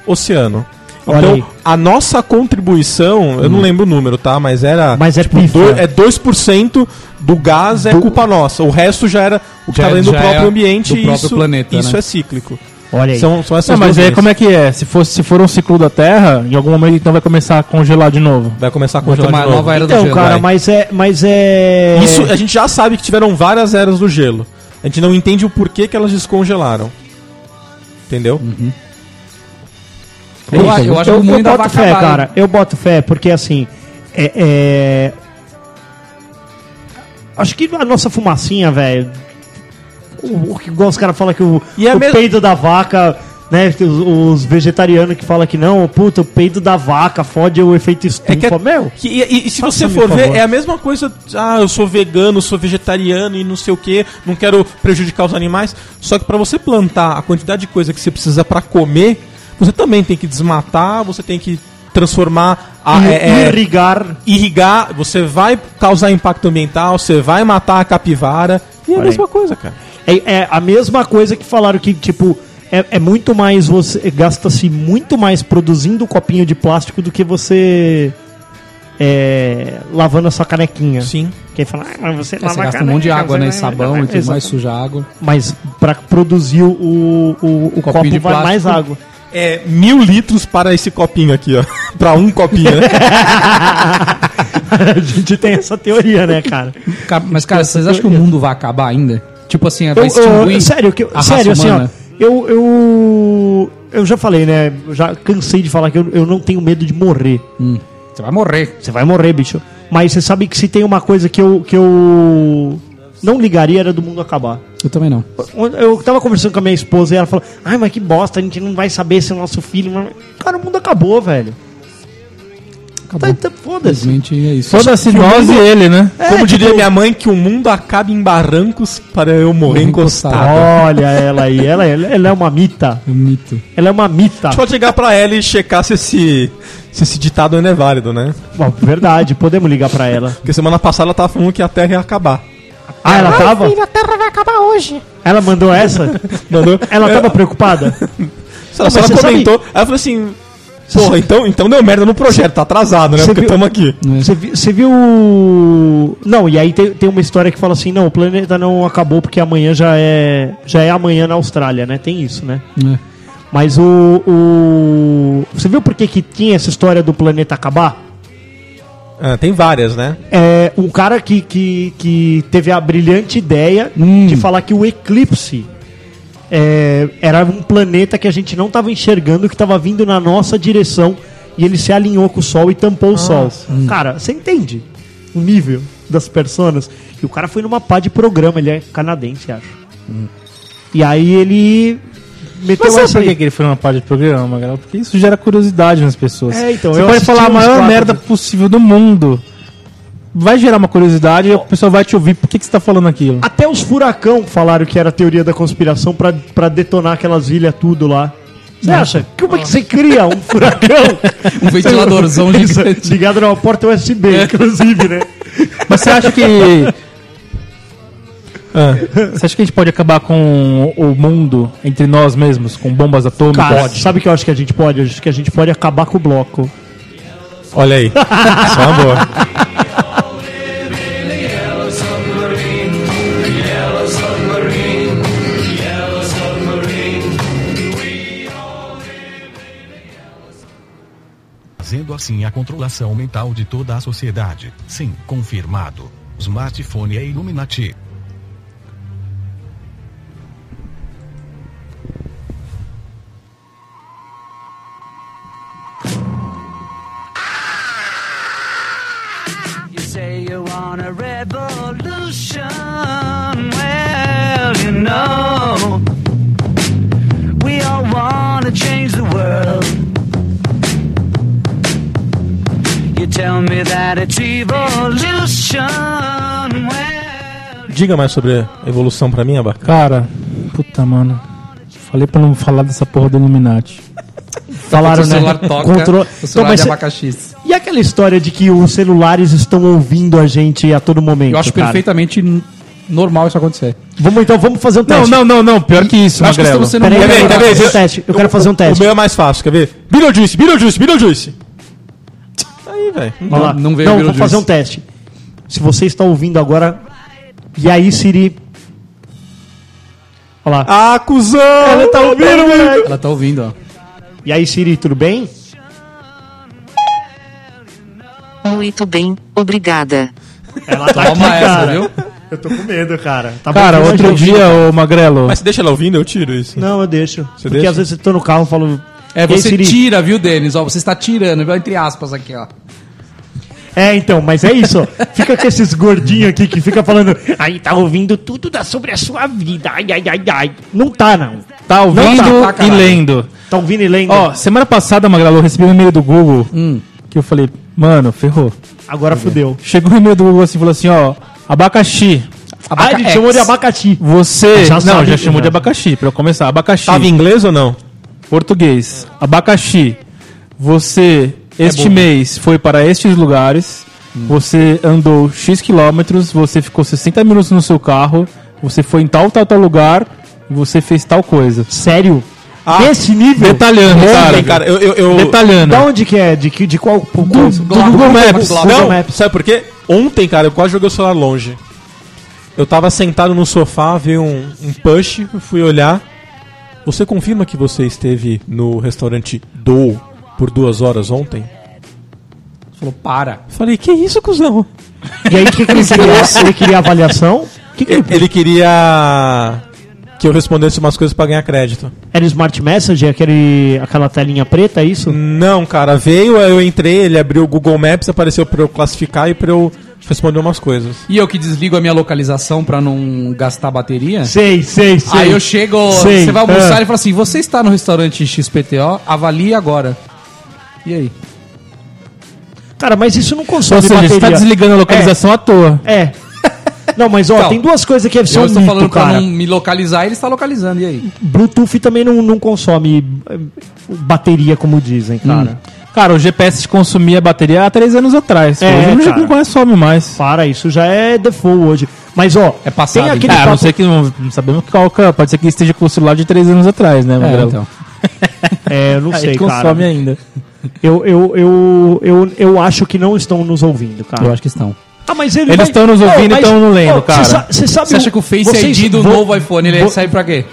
oceano. Olha aí. Então, a nossa contribuição, eu não lembro o número, tá? Mas era. Mas é pifa. do, é 2% do gás é culpa nossa. O resto já era o que Já- tá dentro do já próprio é ambiente do e próprio isso, planeta, isso né? é cíclico. Olha aí. São, são essas não, duas mas aí linhas. como é que é? Se for, se for um ciclo da Terra, em algum momento então vai começar a congelar de novo. Vai começar a Vai ter congelar uma de novo. nova era do Então, gelo. cara, vai. mas é. Mas é. Isso a gente já sabe que tiveram várias eras do gelo. A gente não entende o porquê que elas descongelaram. Entendeu? Uhum. É Eu, acho- eu é acho eu, muito eu boto fé, avacalhado. cara. Eu boto fé, porque assim. É, é- Acho que a nossa fumacinha, velho. O, o que igual os caras falam que o, E é o mesmo- peido da vaca, né? que Os, os vegetarianos que falam que não, puta, o peido da vaca fode o efeito estufa. É que é- Meu, que- e, e- e se você Faça-me for um ver, favor. é a mesma coisa. Ah, eu sou vegano, sou vegetariano e não sei o que, não quero prejudicar os animais. Só que pra você plantar a quantidade de coisa que você precisa pra comer, você também tem que desmatar, você tem que transformar a, é- é, irrigar. irrigar, você vai causar impacto ambiental, você vai matar a capivara. E é a Olha aí. mesma coisa, cara. É, é a mesma coisa que falaram que, tipo, é, é muito mais você. Gasta-se muito mais produzindo um copinho de plástico do que você. É, lavando a sua canequinha. Sim. Quem fala, ah, mas você É, lava você a gasta um monte de caneca, água, você né? E vai- sabão e tudo Exato. mais, suja a água. Mas pra produzir o, o, o copo de vai plástico. mais água. É mil litros para esse copinho aqui, ó. *laughs* pra um copinho, né? *laughs* a gente tem essa teoria, né, cara? Ca- Mas, cara, vocês acham que o mundo vai acabar ainda? Tipo assim, vai Eu- eu- extinguir sério, que, eu- a raça sério assim, ó. humana? Eu, eu, eu já falei, né? eu Já cansei de falar que eu, eu não tenho medo de morrer. Hum, você vai morrer. Você vai morrer, bicho. Mas você sabe que se tem uma coisa que eu, que eu não ligaria era do mundo acabar. Eu também não. Eu- Eu tava conversando com a minha esposa e ela falou: Ai, mas que bosta, a gente não vai saber se é nosso filho. mas-" Cara, o mundo acabou, velho. Tá, Acabou. tá, Foda-se. Simplesmente é isso. Foda-se nós e ele, né? Como diria minha mãe, que o mundo acabe em barrancos para eu morrer encostado. encostado. Olha ela aí, ela, ela, ela é uma mita. É um mito. Ela é uma mita. gente pode chegar pra ela e checar se esse, se esse ditado ainda é válido, né? Bom, verdade, podemos ligar pra ela. Porque semana passada ela tava falando que a Terra ia acabar. Ah, ela tava? a terra vai acabar hoje. Ela mandou essa? Mandou. Ela tava preocupada? Ela, só mas ela você comentou, ela falou assim: Porra, então, então deu merda no projeto, tá atrasado, né? Você Porque viu- estamos aqui. Você vi- você viu. o- Não, e aí tem, tem uma história que fala assim: não, o planeta não acabou porque amanhã já é, já é amanhã na Austrália, né? Tem isso, né? É. Mas o. o- Você viu por que, que tinha essa história do planeta acabar? Ah, tem várias, né? É, um cara que, que, que teve a brilhante ideia Hum. de falar que o eclipse é, era um planeta que a gente não estava enxergando, que estava vindo na nossa direção e ele se alinhou com o Sol e tampou o Sol. Hum. Cara, você entende o nível das personas? E o cara foi numa pá de programa, ele é canadense, acho. E aí ele meteu Hum. Mas sabe essa por que, aí. que ele foi uma parte do programa, Magal? Porque isso gera curiosidade nas pessoas. É, então, Você eu pode assisti falar a uns maior quatro merda vezes. possível do mundo. vai gerar uma curiosidade e a pessoa vai te ouvir por que, que você tá falando aquilo. Até os furacão falaram que era teoria da conspiração pra, pra detonar aquelas ilhas tudo lá. Você acha? Como é que você cria um *laughs* furacão? Um *laughs* ventiladorzão Isso, gigante. *laughs* Ligado numa porta USB, inclusive, né? Mas você *laughs* acha que. Ah, você acha que a gente pode acabar com um, o mundo entre nós mesmos, com bombas atômicas? Cara, sabe o que eu acho que a gente pode? Eu acho que a gente pode acabar com o bloco. Olha aí. Só uma boa. Fazendo assim a controlação mental de toda a sociedade. Sim, confirmado. Smartphone é Illuminati. You say you want a revolution. Well, you know, we all want to change the world. You tell me that it's evolution. Well, Diga mais sobre a evolução pra mim, Abaca. Cara, puta, mano. Falei pra não falar dessa porra do Illuminati. Falaram, o né? celular toca, Contro- o celular Então, mas de cê- abacaxi. E aquela história de que os celulares estão ouvindo a gente a todo momento? Eu acho cara? perfeitamente n- normal isso acontecer. Vamos então, vamos fazer um Não, teste. não, não, não. Pior que isso, Acho que Magrelo. estamos sendo Peraí, muito peraí, quer eu ver? quero fazer Eu- um teste. Eu quero fazer um O teste. meu é mais fácil, quer ver? Beetlejuice, Beetlejuice, Beetlejuice. Aí, velho. Vamos *laughs* lá. não Não, veio o vou Beetlejuice. fazer um teste. Se você está ouvindo agora. E aí, Siri? Olha lá. Ah, cuzão! Ela tá ouvindo, moleque. Ela tá ouvindo, ó. E aí, Siri, tudo bem? Muito bem, obrigada. Ela tá Toma essa, viu? Eu tô com medo, cara. Tá Cara, bloqueando a outro gente. dia, ô Magrelo. Mas se deixa ela ouvindo, eu tiro isso. Não, eu deixo. Porque deixa? às vezes eu tô no carro e falo. É, "Ei, você Siri." tira, viu, Denis? Ó, você está tirando, viu? Entre aspas aqui, ó. É, então, mas é isso. ó. Fica com esses gordinhos aqui que fica falando. Aí tá ouvindo tudo da- sobre a sua vida. Ai, ai, ai, ai. Não tá, não. Tá ouvindo Não tá, tá, e caralho. lendo. Tá ouvindo e lendo. Ó, semana passada, Magrelo, eu recebi um e-mail do Google que eu falei, mano, ferrou. Agora fudeu. Chegou um e-mail do Google assim, falou assim, ó, abacaxi. Ah, ele chamou de abacaxi. Você. Já não, sabe, Ah, já chamou já. de abacaxi, pra eu começar. Abacaxi. Tava em inglês ou não? Português. Abacaxi. Você, este mês, foi para estes lugares. Você andou X quilômetros. Você ficou 60 minutos no seu carro. Você foi em tal, tal, tal lugar. E você fez tal coisa. Sério? Nesse nível? Detalhando, Ontem, cara. cara, eu. eu, eu- Detalhando. Da onde que é? De, que, de qual? Do, Google Maps. Não. Não, sabe por quê? Ontem, cara, eu quase joguei o celular longe. Eu tava sentado no sofá, vi um, um push, fui olhar. Você confirma que você esteve no restaurante Do por duas horas ontem? Falou, para. Falei, que isso, cuzão? E aí, o que, que ele queria? Ele queria avaliação? O que, que ele... Ele queria que eu respondesse umas coisas pra ganhar crédito. Era Smart Message? Aquele, aquela telinha preta, é isso? Não, cara, veio, aí eu entrei, ele abriu o Google Maps, apareceu pra eu classificar e pra eu responder umas coisas. E eu que desligo a minha localização pra não gastar bateria? Sei, sei, sei. Aí eu chego, Sei. você vai almoçar Ah. e fala assim: você está no restaurante XPTO, avalie agora. E aí? Cara, mas isso não Ou consome seja, você tá bateria. desligando a localização à toa. É. Não, mas ó, Então, tem duas coisas que são eu um estou mito, falando pra cara. não me localizar, ele está localizando, e aí? Bluetooth também não, não consome eh, bateria, como dizem, Hum. cara. Cara, o GPS consumia bateria há três anos atrás. É, Hoje não- cara. não consome mais. Para, isso já é default hoje. Mas ó, É passado, tem aquele Ah, a não papo- sei que não, não sabemos qual que é. Pode ser que esteja com o celular de três anos atrás, né, É, Magrelo? então. *laughs* É, eu não Aí sei, cara. consome ainda. Eu, eu, eu, eu, eu acho que não estão nos ouvindo, Eu cara. acho que estão. Ah, mas ele Eles vai- estão nos ouvindo, mas- então eu não lembro, Ô, cara. Você sa- você sabe Você acha o- que o Face é vocês ID do vo- novo iPhone ele vo- serve pra quê?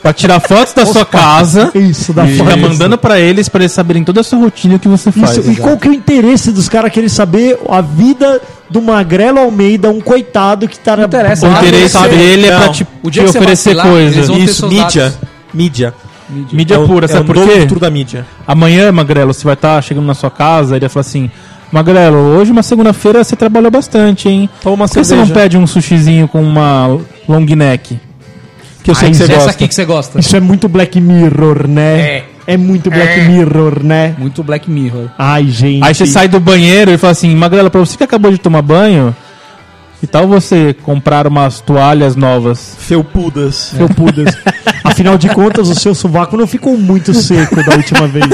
Pra tirar fotos da sua casa Isso, né, da e ficar mandando pra eles, pra eles saberem toda a sua rotina e o que você faz. Isso, e qual que é o interesse dos caras querer saber a vida do Magrelo Almeida, um coitado que tá na... interessa, O Ah, interesse você- dele é não. pra te, O te dia que você oferecer vacilar, eles coisas. vão ter Isso, seus mídia. dados. Mídia. Mídia É um- pura, é sabe um por novo quê? futuro da mídia. Amanhã, Magrelo, você vai estar chegando na sua casa e ele vai falar assim: Magrelo, hoje uma segunda-feira você trabalhou bastante, hein? Toma uma Por que você não cerveja." pede um sushizinho com uma long neck? Que eu sei Ah, que você essa gosta. aqui que você gosta. Isso é muito Black Mirror, né? É. É muito Black Mirror, né? Muito Black Mirror. Ai, gente. Aí você sai do banheiro e fala assim, Magrela, pra você que acabou de tomar banho, que tal você comprar umas toalhas novas? Felpudas. Felpudas. Afinal de contas, o seu sovaco não ficou muito seco da última vez.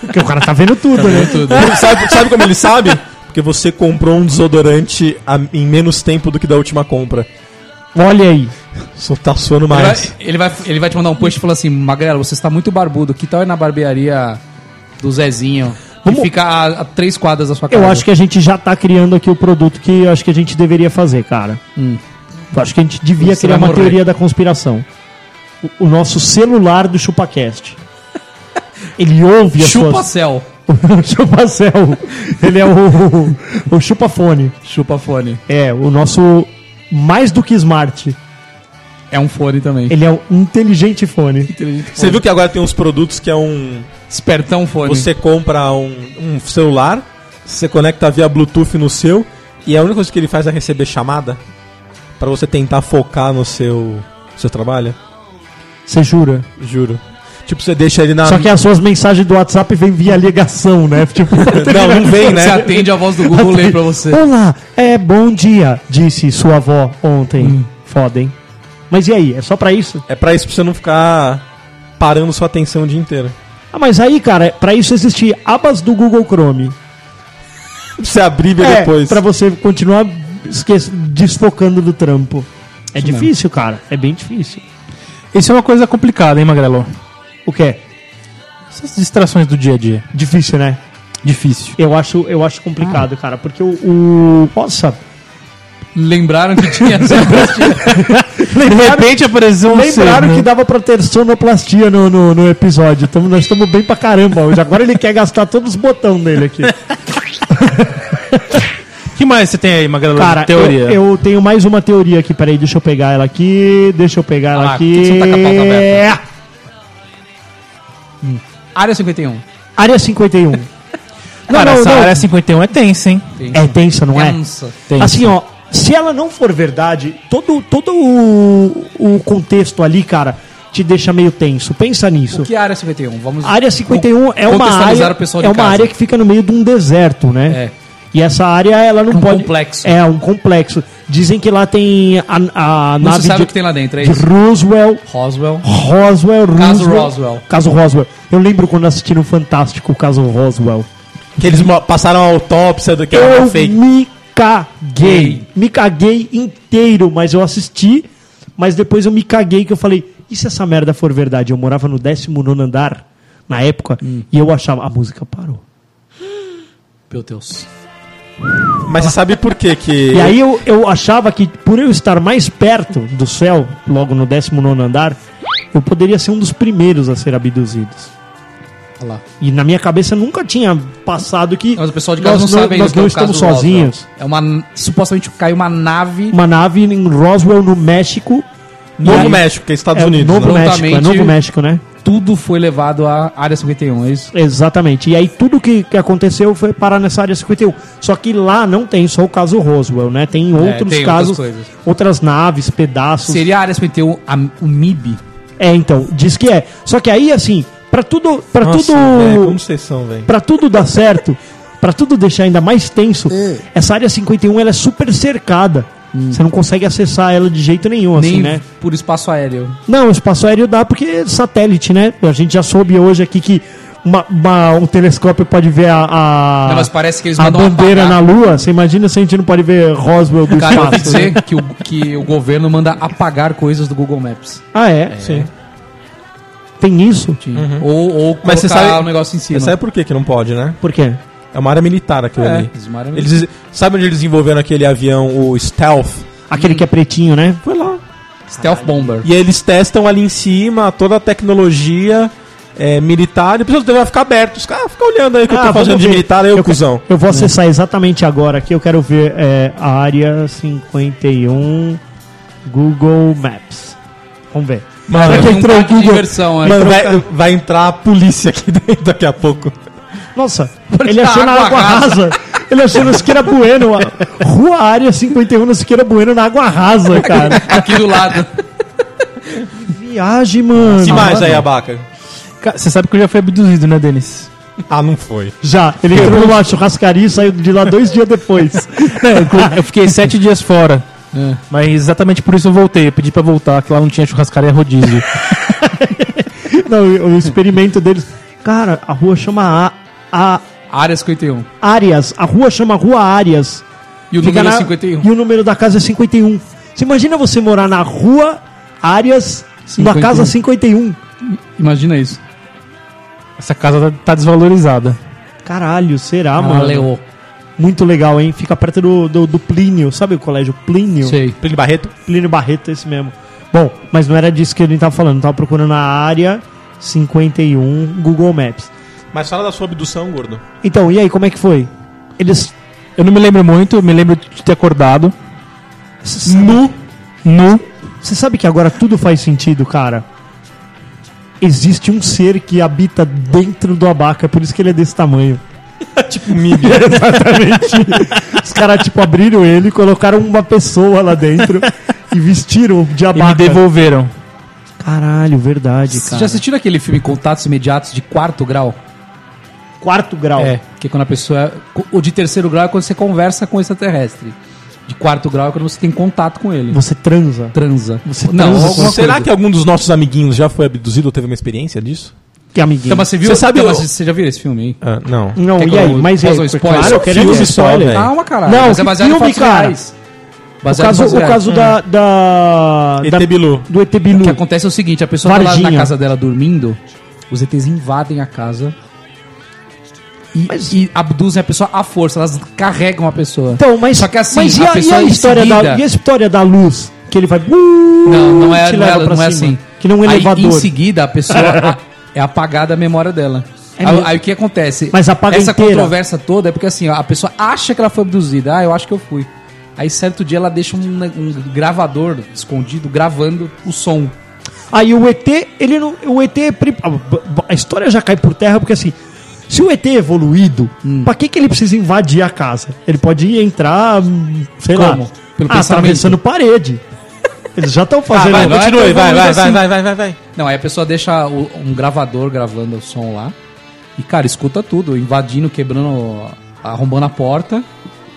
Porque o cara tá vendo Tá tudo, vendo né? tudo. sabe, sabe como ele sabe? Porque você comprou um desodorante a- em menos tempo do que da última compra. Olha aí. Só tá suando Ele vai, mais. ele, vai, ele vai te mandar um post e falar assim: Magrelo, você está muito barbudo. Que tal ir na barbearia do Zezinho? Que fica a, a três quadras da sua casa. Eu acho que a gente já tá criando aqui o produto que eu acho que a gente deveria fazer, cara. Eu acho que a gente devia Você criar uma vai morrer. teoria da conspiração. O, o nosso celular do ChupaCast. Ele ouve *laughs* as Chupa suas... céu. O ChupaCel. Ele é o, o, o ChupaFone. Chupa fone. É, o nosso mais do que smart. É um fone também. Ele é um inteligente fone. Você viu que agora tem uns produtos que é um. Espertão fone. Você compra um, um celular, você conecta via Bluetooth no seu, e a única coisa que ele faz é receber chamada pra você tentar focar no seu, seu trabalho. Você jura? Juro. Tipo, você deixa ele na. Só que as suas mensagens do WhatsApp vêm via ligação, né? *laughs* Tipo, *laughs* Não, não vem, né? Você atende a voz do Google, lê pra você. Olá, é bom dia, disse sua avó ontem. Hum. Foda, hein? Mas e aí, é só pra isso? É pra isso pra você não ficar parando sua atenção o dia inteiro. Ah, mas aí, cara, pra isso existe abas do Google Chrome. Pra você abrir e ver É, depois. pra você continuar esque- desfocando do trampo. É Isso difícil, cara. É bem difícil. Isso é uma coisa complicada, hein, Magrelo? O quê? Essas distrações do dia a dia. Difícil, né? Difícil. Eu acho, eu acho complicado, cara, porque o, o- Nossa, Lembraram *laughs* que tinha. De lembraram, repente apareceu um lembraram ser, que né? dava pra ter sonoplastia no, no, no episódio. Tamo, nós estamos bem pra caramba hoje. Agora ele quer gastar todos os botões dele aqui. que mais você tem aí, Magrelo? Cara, teoria. Eu, *laughs* eu tenho mais uma teoria aqui. Peraí, deixa eu pegar ela aqui. Deixa eu pegar ela Ah, por aqui. que que você não tá com a pauta É. aberta? Hum. Área 51. Área 51. não, Cara, não, essa não. área 51 é tensa, hein? É tensa, não é? Tensa. Tensa. Assim, ó. Se ela não for verdade, todo, todo o, o contexto ali, cara, te deixa meio tenso. Pensa nisso. O que é a área 51? Vamos A área 51 é uma contextualizar área, o pessoal de é uma casa. área que fica no meio de um deserto, né? É. E essa área, ela não É um pode... complexo. É, um complexo. Dizem que lá tem a, a Não se nave sabe de, o que tem lá dentro, é de isso? Roswell, Roswell. Roswell, Caso Roosevelt- Roswell. Caso Roswell. Eu lembro quando assisti no Fantástico o caso Roswell. Que eles mo- passaram a autópsia do que era Eu uma fake. me caguei. Me caguei inteiro, mas eu assisti. Mas depois eu me caguei que eu falei, e se essa merda for verdade? Eu morava no 19 andar, na época, e eu achava... A música parou. Meu Deus. Mas você sabe por que que. E aí eu, eu achava que, por eu estar mais perto do céu, logo no 19 andar, eu poderia ser um dos primeiros a ser abduzidos. Olha lá. E na minha cabeça nunca tinha passado que. Mas o pessoal de casa nós não sabe ainda Nós o que é não o caso estamos Roswell. sozinhos. É uma. Supostamente caiu uma nave. Uma nave em Roswell, no México. Novo E aí- México, que é Estados é, Unidos. Novo né? México, é Novo Prontamente- México, né? Tudo foi levado à área 51, é isso? Exatamente. E aí tudo que, que aconteceu foi parar nessa área 51. Só que lá não tem só o caso Roswell, né? Tem outros É, tem outras casos, coisas. outras naves, pedaços. Seria a área 51 a, o MIB? É, então, diz que é. Só que aí, assim, pra tudo. para Nossa, tudo. é, velho, como vocês são, velho. Pra tudo *laughs* dar certo, pra tudo deixar ainda mais tenso, essa área 51 ela é super cercada. Hum. Você não consegue acessar ela de jeito nenhum, assim, nem né? por espaço aéreo. Não, o espaço aéreo dá porque é satélite, né? A gente já soube hoje aqui que uma- uma- um telescópio pode ver a, a, Não, mas parece que eles Ah. a mandam um bandeira apagar. na Lua. Você imagina se a gente não pode ver Roswell do Cara, eu ouvi espaço? né? dizer que o, que o governo manda apagar coisas do Google Maps. Ah, é? Sim. Tem isso? Ou, ou colocar Mas você sabe- o negócio em cima. Você é sabe por que que não pode, né? Por quê? É uma área militar aquilo né? ali. eles maram- Eles, sabe onde eles desenvolveram aquele avião, o Stealth? Aquele que é pretinho, né? Foi lá. Stealth Bomber. E eles testam ali em cima toda a tecnologia é, militar. E o pessoal vai ficar aberto. Os caras ficam olhando aí o que eu Ah, tô fazendo vamos de ver. militar, aí o Eu que- cuzão. Eu É. vou acessar exatamente agora aqui. Eu quero ver é, a área 51 Google Maps. Vamos ver. Mano, Será que é um entrou o parque de Google? diversão, *laughs* é. Mano, Mano, vai- vai, vai entrar a polícia aqui *laughs* dentro daqui a pouco. Nossa, ele a achou na água água rasa. Ele achou no Siqueira Bueno. a- Rua Área 51 no Siqueira Bueno na água rasa, *laughs* cara. Aqui do lado. Viagem, mano. é Que mais aí, Abaca? Ca- Você sabe que eu já fui abduzido, né, Denis? Ah, não foi. Já, ele entrou numa churrascaria e saiu de lá dois dias depois. Não, eu cu- eu fiquei sete dias fora. Mas exatamente por isso eu voltei. Eu pedi pra voltar, que lá não tinha churrascaria rodízio. Não, o experimento deles. Cara, a rua chama a, Área 51. Áreas. A rua chama Rua Áreas. E o Fica número é na- 51. E o número da casa é 51. Você imagina você morar na Rua Áreas da 51. casa assim. 51. Imagina isso. Essa casa tá, tá desvalorizada. Caralho, será, Ah, mano? Valeu. Muito legal, hein? Fica perto do, do, do Plínio, sabe o colégio Plínio? Sei. Plínio Barreto? Plínio Barreto, esse mesmo. Bom, mas não era disso que ele tava falando, tava procurando a área 51 Google Maps. Mas fala da sua abdução, gordo. Então, e aí, como é que foi? Eles. Eu não me lembro muito, eu me lembro de ter acordado. Nu. Nu. Você sabe que agora tudo faz sentido, cara. Existe um ser que habita dentro do abaca, por isso que ele é desse *laughs* tamanho. um tipo milho. *laughs* Exatamente. Os caras, tipo, abriram ele, colocaram uma pessoa lá dentro e vestiram de E me abaca. devolveram. Caralho, verdade, Vocês já cara. assistiram aquele filme Contatos Imediatos de quarto grau? Quarto grau. É, que é quando a pessoa. O de terceiro grau é quando você conversa com o extraterrestre. De quarto grau é quando você tem contato com ele. Você transa. transa. Você Não, transa alguma Será coisa. que algum dos nossos amiguinhos já foi abduzido ou teve uma experiência disso? Que amiguinho. Então, mas você viu? Você sabe então, o- mas você já viu esse filme aí? Ah, não. Não, Quer que e aí? eu Mas é, faça um spoiler? claro, queremos Filme Ah, só, spoiler. velho. Calma, caralho. Não, mas é que baseado em filme, fatos cara? reais. O Baseado em caso, fatos o reais. caso da, da, ET da- Bilu. do ET O Bilu. que acontece é o seguinte, a pessoa tá lá na Varginha. casa dela dormindo, os ETs invadem a casa e, e abduzem a pessoa à força, elas carregam a pessoa. Então, mas, Só que assim, mas e a, a pessoa e a em história seguida- da, e a história da luz? Que ele vai. "Uh", Não, não é, te não é, leva pra não é cima, assim. Que não é um elevador. Aí, em seguida, *laughs* a pessoa a- é apagada a memória dela. É aí, mesmo? aí o que acontece? Mas apaga Essa inteira. controvérsia toda é porque assim, ó, a pessoa acha que ela foi abduzida. Ah, eu acho que eu fui. Aí certo dia ela deixa um, ne- um gravador escondido gravando o som. Aí o ET, ele não. O ET. é pri- a- A história já cai por terra, porque assim. Se o ET é evoluído, Hum. pra que, que ele precisa invadir a casa? Ele pode entrar, hum, sei Como? lá, Pelo ah, pensamento. atravessando parede. Eles já estão fazendo. vai, Agora continue, tá vai, vai, evoluindo vai, assim. vai, vai, vai, vai. Não, aí a pessoa deixa o- um gravador gravando o som lá. E, cara, escuta tudo, invadindo, quebrando, arrombando a porta.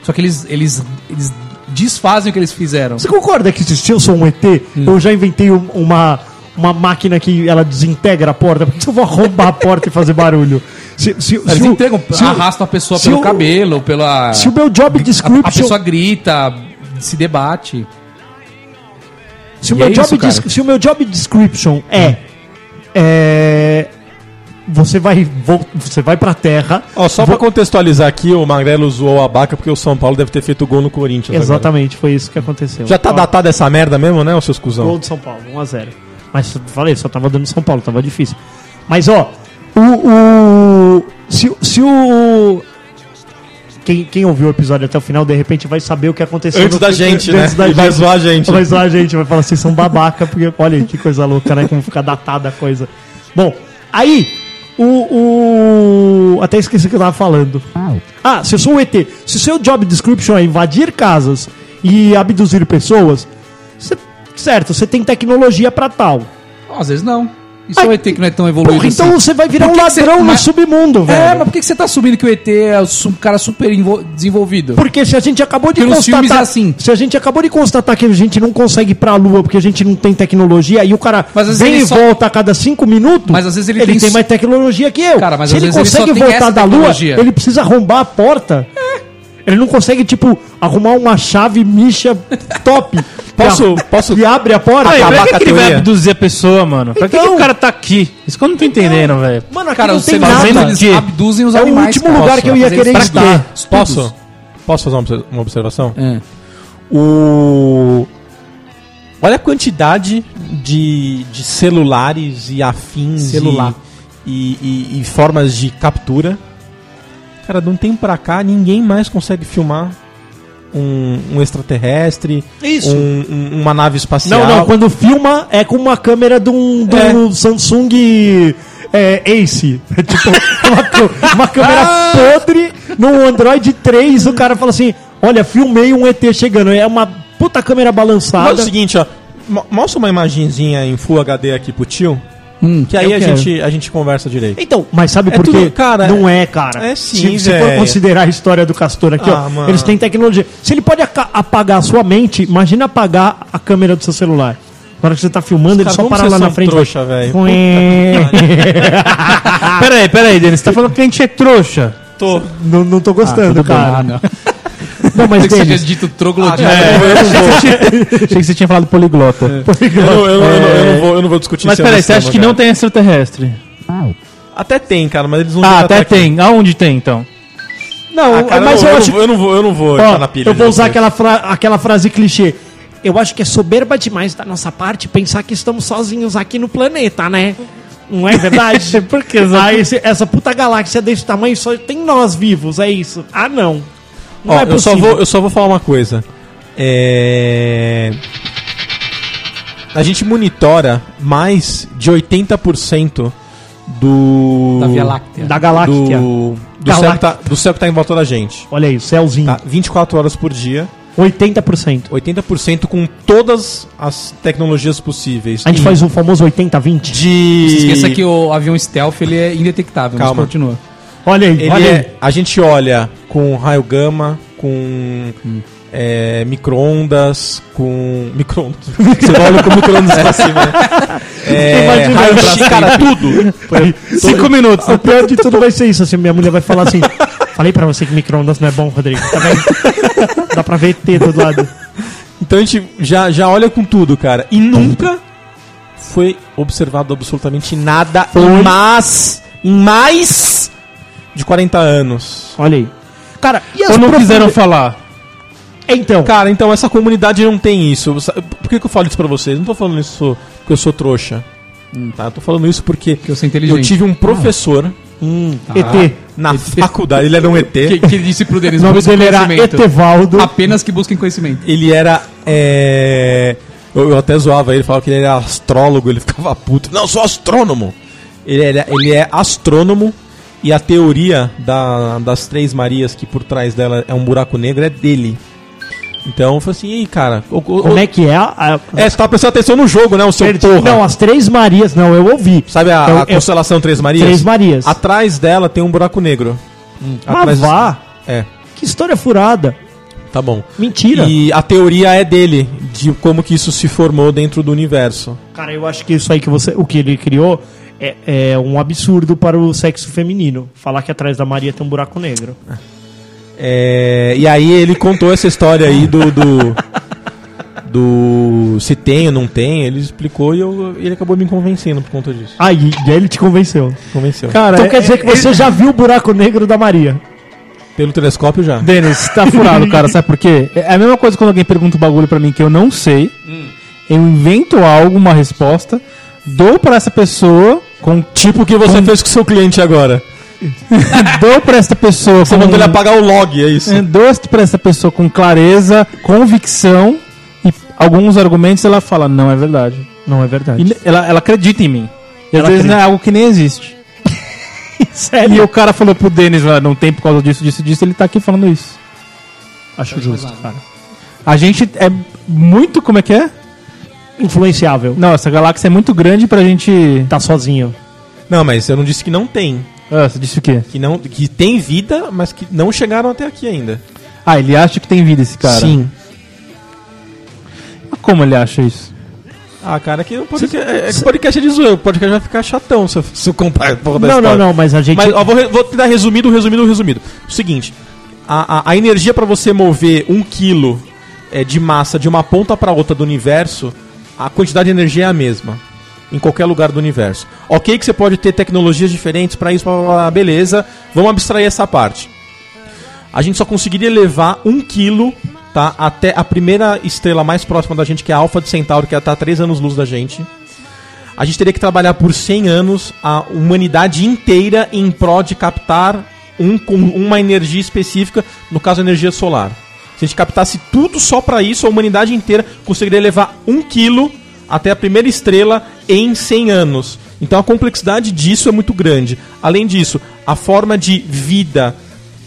Só que eles, eles, eles desfazem o que eles fizeram. Você concorda que se eu sou um ET, Hum. eu já inventei um- uma, uma máquina que ela desintegra a porta? Por que eu vou arrombar a porta e fazer barulho? Se, se, se Eles o- entregam, se o- arrastam a pessoa se pelo o- cabelo, pela. Se o meu job Ah, a, a description. pessoa grita, se debate. Se o, E meu é job isso, cara. Hum. des- se o meu job description é. é, você vai, vol- você vai pra terra. Ó, só vo- pra contextualizar aqui, o Magrelo zoou a Abaca porque o São Paulo deve ter feito gol no Corinthians. agora. Exatamente, foi isso que aconteceu. Já tá Ó, datado essa merda mesmo, né, ô seus Gol cuzão? do São Paulo, 1x0. Mas falei, só tava dando São Paulo, tava difícil. Mas ó, o. o se, se o. Quem, quem ouviu o episódio até o final, de repente vai saber o que aconteceu. Antes no- da gente, né? Antes da E vai gente. zoar a gente. Vai zoar a gente, vai falar, vocês são babaca, porque olha aí, que coisa louca, né? Como fica datada a coisa. Bom, aí, o, o- Até esqueci o que eu tava falando. Ah, se eu sou um ET, se o seu job description é invadir casas e abduzir pessoas, cê- certo, você tem tecnologia pra tal. Não, às vezes não. Isso Ai, é um ET que não é tão evoluído. Porra, então assim. você vai virar Por um que que você- ladrão no mas- submundo, velho. É, mas por que que você tá assumindo que o ET é um cara super envo- desenvolvido? Porque se a gente acabou de Porque nos filmes constatar. é assim. Se a gente acabou de constatar que a gente não consegue ir pra lua porque a gente não tem tecnologia e o cara Mas às vezes vem ele e só- volta a cada cinco minutos. Mas às vezes ele tem, tem- mais tecnologia que eu. Cara, mas se às ele vezes ele consegue só tem voltar essa da lua, tecnologia. É. ele precisa arrombar a porta. Ele não consegue, tipo, arrumar uma chave micha *laughs* top. Posso- que a- posso- Que abre a Ah, porta. Aí, Pra Abaca que, que ele vai teoria. abduzir a pessoa, mano? Pra que, Então- que o cara tá aqui? Isso que eu não tô entendendo, velho. Tá, Mano, aqui Cara, não os tem seres fazendo nada. humanos, o quê? eles abduzem os É o animais. último lugar que eu ia pra fazer querer eles estudar. estudar. Estudos. Posso? Posso fazer uma obser- uma observação? É. O. Olha a quantidade de, de celulares e afins e- Celular. E, e- e formas de captura. Cara, de um tempo pra cá, ninguém mais consegue filmar um, um extraterrestre, Isso. um- um- uma nave espacial. Não, não, quando filma é com uma câmera de um, de um Samsung é, Ace. *laughs* É tipo, uma, cã- uma câmera podre num Android 3. O cara fala assim: Olha, filmei um ET chegando. É uma puta câmera Mas é o balançada. seguinte, ó. mo- Mostra uma imagenzinha em Full HD aqui pro tio. que aí Hum, eu a quero. gente, a gente conversa direito. Então, mas sabe por tudo, quê? cara, não é, *laughs* cara. é sim, Se você for velho. considerar a história do Castor aqui, Ah, ó, mano. eles têm tecnologia. Se ele pode aca- apagar a sua mente, imagina apagar a câmera do seu celular. Na hora que você tá filmando, Cara, ele só como para vocês lá na são frente. trouxa, velho. Puta peraí, peraí, Denis, você tá falando que a gente é trouxa. Tô. Não, não tô gostando, Ah, tudo bem. cara. Ah, não. não. mas Achei que você Denis, tinha dito troglodita. Ah, é, eu não vou. Achei que você tinha falado poliglota. Eu não, eu não- eu não- eu não vou, eu não vou discutir Mas esse peraí, mesmo você acha tema, que cara. não tem extraterrestre? Até tem, cara, mas eles não Ah, vão até tem. Aonde tem, então? não, Ah, cara, mas não, eu, eu, acho. não, vou- eu não vou, eu não vou Ó, entrar na pilha. eu vou de usar vocês. aquela, fra- aquela frase clichê. Eu acho que é soberba demais da nossa parte pensar que estamos sozinhos aqui no planeta, né? Não é *laughs* verdade? Por que? Aí, esse- essa puta galáxia é desse tamanho só tem nós vivos, é isso? Ah, não. Não Ó, é eu só possível. vou, eu só vou falar uma coisa. É... A gente monitora mais de 80% do Da Via Láctea. é. Da galáxia. do, do, Galáctea. céu que tá, do céu que tá em volta da gente. Olha aí, o céuzinho. Tá? 24 horas por dia, 80%. 80% com todas as tecnologias possíveis. A gente E faz o famoso 80-20. de Não se esqueça que o avião stealth ele é indetectável, Calma. mas continua. Olha aí, Ele olha aí. é- a gente olha com raio gama, com é, micro-ondas, com. *laughs* Micro-ondas. Você olha com micro-ondas pra cima, né? É, Imagina, raio pra X, cara, tudo. Cinco minutos. O pior de tudo vai ser isso. Assim, minha mulher vai falar *laughs* assim: Falei pra você que micro-ondas não é bom, Rodrigo. Tá vendo? *laughs* Dá pra ver ET do lado. Então a gente já, já olha com tudo, cara. E nunca foi observado absolutamente nada em mais, em mais de 40 anos. Olha aí. Cara, e as Ou não profunda- quiseram falar? Então, Cara, então essa comunidade não tem isso. Sa- Por que, que eu falo isso pra vocês? Não tô falando isso porque eu sou trouxa. Tá, eu tô falando isso porque Que eu sou inteligente. eu tive um professor ET. na faculdade, ele era um ET. Que, que disse pro Denis, O nome busquem dele era conhecimento. Etevaldo. Apenas que busquem conhecimento. Ele era. é, Eu, eu até zoava ele, falava que ele era astrólogo, ele ficava puto. Não, eu sou astrônomo! Ele, era- ele é astrônomo e a teoria da- das Três Marias, que por trás dela é um buraco negro, é dele. Então eu falei assim, e aí, cara? O, o- Como é que é? A, a- É, você tava prestando atenção no jogo, né, o seu Perdi- porra? Não, as Três Marias. Não, eu ouvi. Sabe a, Eu- a eu- constelação Três Marias? Então, é Três Marias. Hum. Atrás dela tem um buraco negro. Hum. Mas Atrás- vá. É, Que história furada. tá bom. Mentira. E a teoria é dele, de como que isso se formou dentro do universo. Cara, eu acho que isso aí que você. O que ele criou. É, é um absurdo para o sexo feminino. Falar que atrás da Maria tem um buraco negro. É, e aí ele contou essa história aí do. *laughs* do, do se tem ou não tem, ele explicou e eu, ele acabou me convencendo por conta disso. Aí, e aí ele te convenceu. Convenceu. então é- quer dizer que é- você já viu o buraco negro da Maria. Pelo telescópio já. Denis, tá furado, cara, sabe por quê? É a mesma coisa quando alguém pergunta um bagulho pra mim que eu não sei, Hum. eu invento algo, uma resposta, dou pra essa pessoa, com, Tipo o que um você fez com o seu cliente agora. dou pra essa pessoa Você com, um mandou ele apagar o log, é isso? é, dou pra essa pessoa com clareza, convicção e alguns argumentos ela fala, não é verdade. Não é verdade. E ela, ela acredita em mim. E às Ela vezes acredita. é algo que nem existe. *laughs* Sério? E o cara falou pro Denis lá, não tem por causa disso, disso, disso, ele tá aqui falando isso. Acho justo, cara. A gente é muito, como é que é? Influenciável. Não, essa galáxia é muito grande pra gente. Tá sozinho. Não, mas eu não disse que não tem. Ah, você disse o quê? Que, não, que tem vida, mas que não chegaram até aqui ainda. Ah, ele acha que tem vida esse cara. Sim. Mas Como ele acha isso? Ah, cara, que o podcast, é, é que o podcast é de zoeira. O podcast vai ficar chatão se eu, se eu comprar a porra da Não, não, história. não, mas a gente. Mas ó, vou, re- vou te dar resumido, resumido, resumido. O seguinte: a, a- a energia para você mover um quilo é, de massa de uma ponta para outra do universo, a quantidade de energia é a mesma. Em qualquer lugar do universo. Ok, que você pode ter tecnologias diferentes para isso, blá, blá, blá, beleza. Vamos abstrair essa parte. A gente só conseguiria levar um quilo tá, até a primeira estrela mais próxima da gente, que é a Alfa de Centauro, que está a 3 anos luz da gente. A gente teria que trabalhar por 100 anos a humanidade inteira em pró de captar um, com uma energia específica, no caso, a energia solar. Se a gente captasse tudo só pra isso, a humanidade inteira conseguiria levar um quilo até a primeira estrela em 100 anos. Então a complexidade disso é muito grande. Além disso, a forma de vida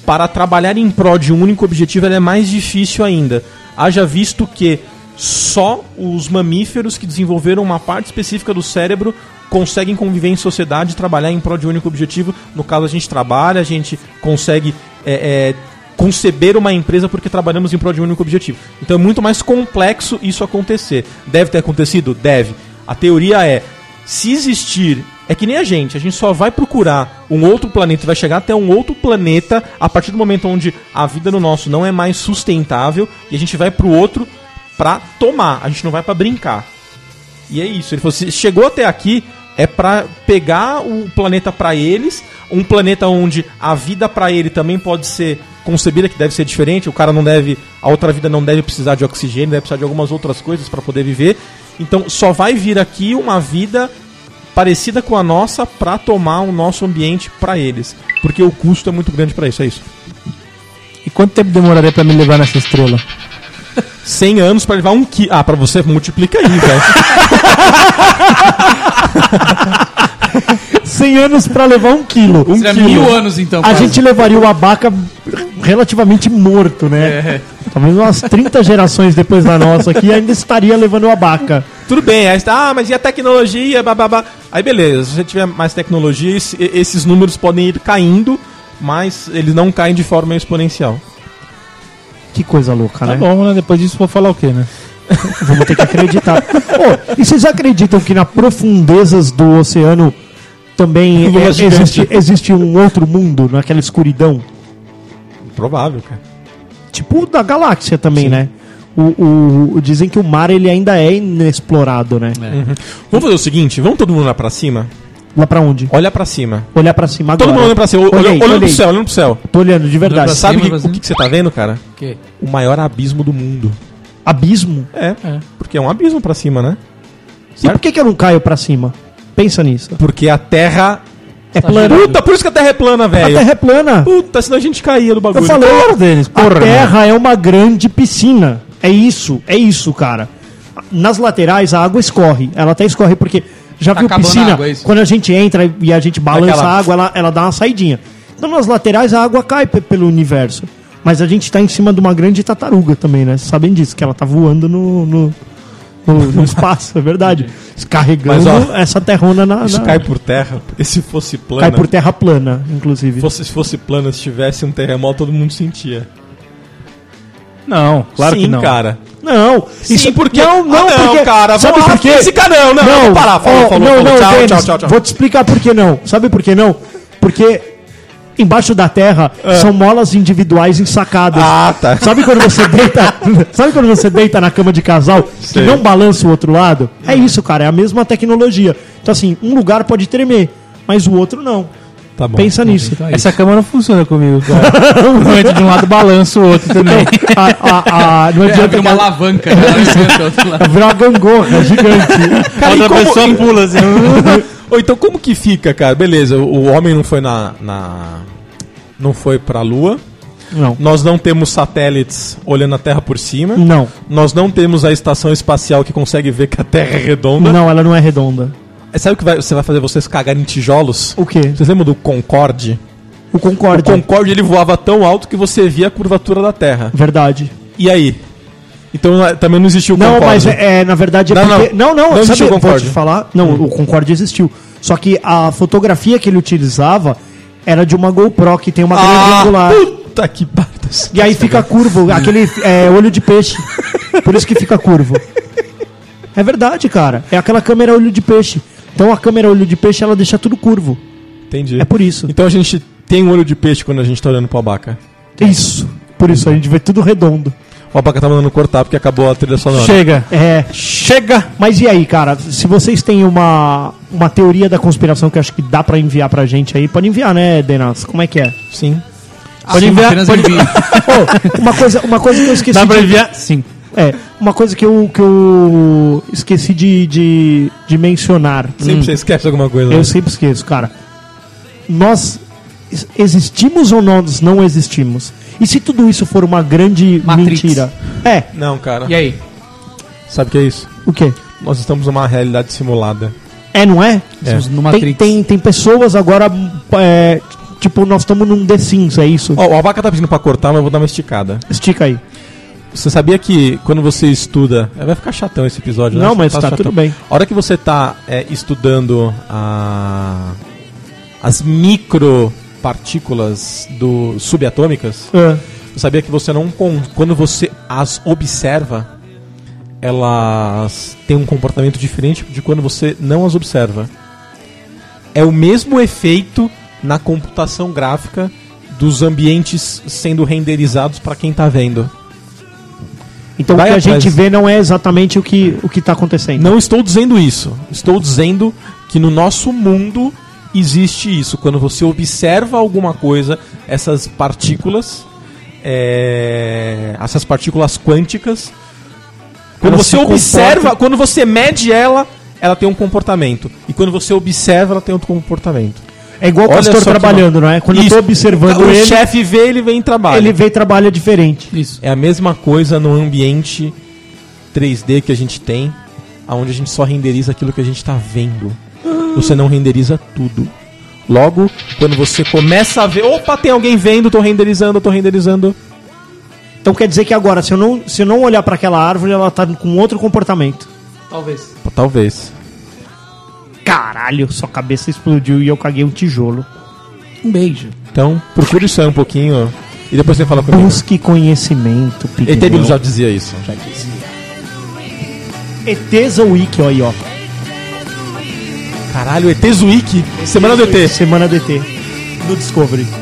para trabalhar em pró de um único objetivo ela é mais difícil ainda. Haja visto que só os mamíferos que desenvolveram uma parte específica do cérebro conseguem conviver em sociedade e trabalhar em prol de um único objetivo. No caso, a gente trabalha, a gente consegue é, é, conceber uma empresa porque trabalhamos em prol de um único objetivo. Então é muito mais complexo isso acontecer. Deve ter acontecido? Deve. A teoria é, se existir é que nem a gente, a gente só vai procurar um outro planeta, vai chegar até um outro planeta a partir do momento onde a vida no nosso não é mais sustentável e a gente vai pro outro pra tomar, a gente não vai pra brincar. E é isso, ele falou, se chegou até aqui é pra pegar o planeta pra eles, um planeta onde a vida pra ele também pode ser concebida que deve ser diferente, o cara não deve, a outra vida não deve precisar de oxigênio, deve precisar de algumas outras coisas pra poder viver. Então só vai vir aqui uma vida parecida com a nossa pra tomar o nosso ambiente pra eles, porque o custo é muito grande pra isso, é isso. E quanto tempo demoraria pra me levar nessa estrela? 100 anos pra levar um quilo. Ah, pra você multiplica aí, velho. 100 anos pra levar um quilo. Um Seria quilo. mil anos, então, A quase. gente levaria o abaca relativamente morto, É. né? Talvez umas 30 gerações depois da nossa aqui ainda estaria levando o abaca. Tudo bem, aí você tá, ah, mas e a tecnologia, bababá. Aí beleza, se você tiver mais tecnologia, esse- esses números podem ir caindo, mas eles não caem de forma exponencial. Que coisa louca, Tá né? bom, né? Depois disso vou falar o quê, né? Vamos ter que acreditar. Ô, e vocês acreditam que na profundezas do oceano *laughs* também Lua é, gigante. existe, existe um outro mundo, naquela escuridão? Provável, cara. Tipo da galáxia também, né? O, o- o- dizem que o mar ele ainda é inexplorado, né? Uhum. Vamos fazer o seguinte, vamos todo mundo lá pra cima? Lá pra onde? Olha pra cima. Olhar pra cima agora. Todo mundo olhando pra cima, olha- Olhei, olhando pro olhei. céu, olhando pro céu. Tô olhando, de verdade. pra Sabe cima, que- pra o cima. que, que você tá vendo, cara? quê? O maior abismo do mundo. Abismo? É, porque é um abismo pra cima, né? E por que, que eu não caio pra cima? Pensa nisso. Porque a Terra... É Tá plano. Puta, por isso que a Terra é plana, A velho. Terra é plana. Puta, senão a gente caía do Eu bagulho. falei, Denis, a Terra é uma grande piscina. É isso, é isso, cara. Nas laterais a água escorre. Ela até escorre porque já Tá viu acabando piscina? a água, é isso? quando a gente entra e a gente balança Aquela- a água, ela, ela dá uma saidinha. Então nas laterais a água cai pe- pelo universo. Mas a gente tá em cima de uma grande tartaruga também, né? Vocês sabem disso, que ela tá voando no, no, no- no espaço, é verdade. Carregando Mas, ó, essa terrona na. Isso na- cai por terra. E se fosse plana... cai por terra plana, inclusive. Fosse- se fosse plana, se tivesse um terremoto, todo mundo sentia. Não, claro Sim, que não. cara. Não, Sim, porque- é Não, não, Ah, não, porque... cara, sabe vamos por lá, quê? física não, não, vamos parar, falou, ó, falou, não, falou, não, tchau, Denis, tchau, tchau, tchau. Vou te explicar por que não. Sabe por que não? Porque embaixo da terra são molas individuais ensacadas. Ah, tá. Sabe *laughs* quando você deita, sabe quando você deita na cama de casal que Sei. não balança o outro lado? É isso, cara, é a mesma tecnologia. Então assim, um lugar pode tremer, mas o outro não. Tá bom. Pensa nisso. Essa cama não funciona comigo, cara. *laughs* Eu entro de um lado balanço o outro também. A, a, a, não É, adianta abriu uma que alavanca. né? Ela levanta outro lado. ela virou uma *laughs* gangorra gigante. Cara, e Outra como- pessoa *laughs* pula assim. Ou então como que fica, cara? Beleza, o homem não foi na. na- Não foi pra Lua. Não. Hum. Nós não temos satélites olhando a Terra por cima. Não. Nós não temos a estação espacial que consegue ver que a Terra é redonda. Não, ela não é redonda. É, Sabe o que vai- você vai fazer vocês cagarem em tijolos? O quê? Vocês lembram do Concorde? O O Concorde. Concorde ele voava tão alto que você via a curvatura da Terra. Verdade. E aí? Então eh, também não existiu o Não, Concorde. mas é, é, na verdade é Não, porque... não. Não, não, Não sabe, existiu o vou Concorde. te falar. Não, o Concorde existiu. Só que a fotografia que ele utilizava era de uma GoPro que tem uma grande ah, angular. puta que pardas. E aí fica curvo, aquele é, olho de peixe. Por isso que fica curvo. É verdade, cara. É aquela câmera olho de peixe. Então a câmera olho de peixe ela deixa tudo curvo. Entendi. É por isso. Então a gente tem um olho de peixe quando a gente tá olhando pro abaca. Isso. Por isso a gente vê tudo redondo. O abaca tá mandando cortar porque acabou a trilha sonora. Chega. É, Chega. Mas e aí, cara? Se vocês têm uma, uma teoria da conspiração que eu acho que dá pra enviar pra gente aí, pode enviar, né, Denas? Como é que é? Sim. Pode enviar. Apenas pode- envio. Ô, uma coisa, uma coisa que eu esqueci. Dá pra de- enviar? Sim. É, uma coisa que eu, que eu esqueci de, de, de mencionar. Sempre você esquece alguma coisa. né? Hum. Eu sempre esqueço, cara. Nós es- existimos ou nós não existimos? E se tudo isso for uma grande Matrix. mentira? É, Não, cara. E aí? Sabe o que é isso? o quê? Nós estamos numa realidade simulada. É, não é? Estamos no Tem, Matrix. tem, tem pessoas agora. é, tipo, nós estamos num The Sims, é isso? Ó, o abaca tá pedindo pra cortar, mas eu vou dar uma esticada. Estica aí. Você sabia que quando você estuda. É, Vai ficar chatão esse episódio, né? Não, mas tá tudo bem. A hora que você tá é, estudando a- as micropartículas do, subatômicas, É. você sabia que você não. con- Quando você as observa, elas têm um comportamento diferente de quando você não as observa. É o mesmo efeito na computação gráfica dos ambientes sendo renderizados para quem tá vendo. Então Vai o que a atrás. gente vê não é exatamente o que o que está acontecendo. Não estou dizendo isso. Estou dizendo que no nosso mundo existe isso. Quando você observa alguma coisa, essas partículas, é, essas partículas quânticas, quando Elas você se observa, comportam- quando você mede ela, ela tem um comportamento. E quando você observa, ela tem outro comportamento. É igual o castor trabalhando, não é? Quando eu tô observando o ele- O chefe vê, ele vem e trabalha. Ele vem e trabalha diferente. Isso. É a mesma coisa no ambiente 3D que a gente tem, aonde a gente só renderiza aquilo que a gente está vendo. Você não renderiza tudo. Logo, quando você começa a ver, opa, tem alguém vendo, tô renderizando, tô renderizando. Então quer dizer que agora, se eu não, se eu não olhar para aquela árvore, ela tá com outro comportamento. Talvez. Pô, Talvez. Caralho, sua cabeça explodiu e eu caguei um tijolo. Um beijo. Então, procura isso aí um pouquinho e depois você fala comigo. Busque conhecimento, Pigmeu. Etebilu já dizia isso. Etezowick, ó aí, ó. Caralho, ET Zuiki. Semana do ET. Semana do ET. Do Discovery.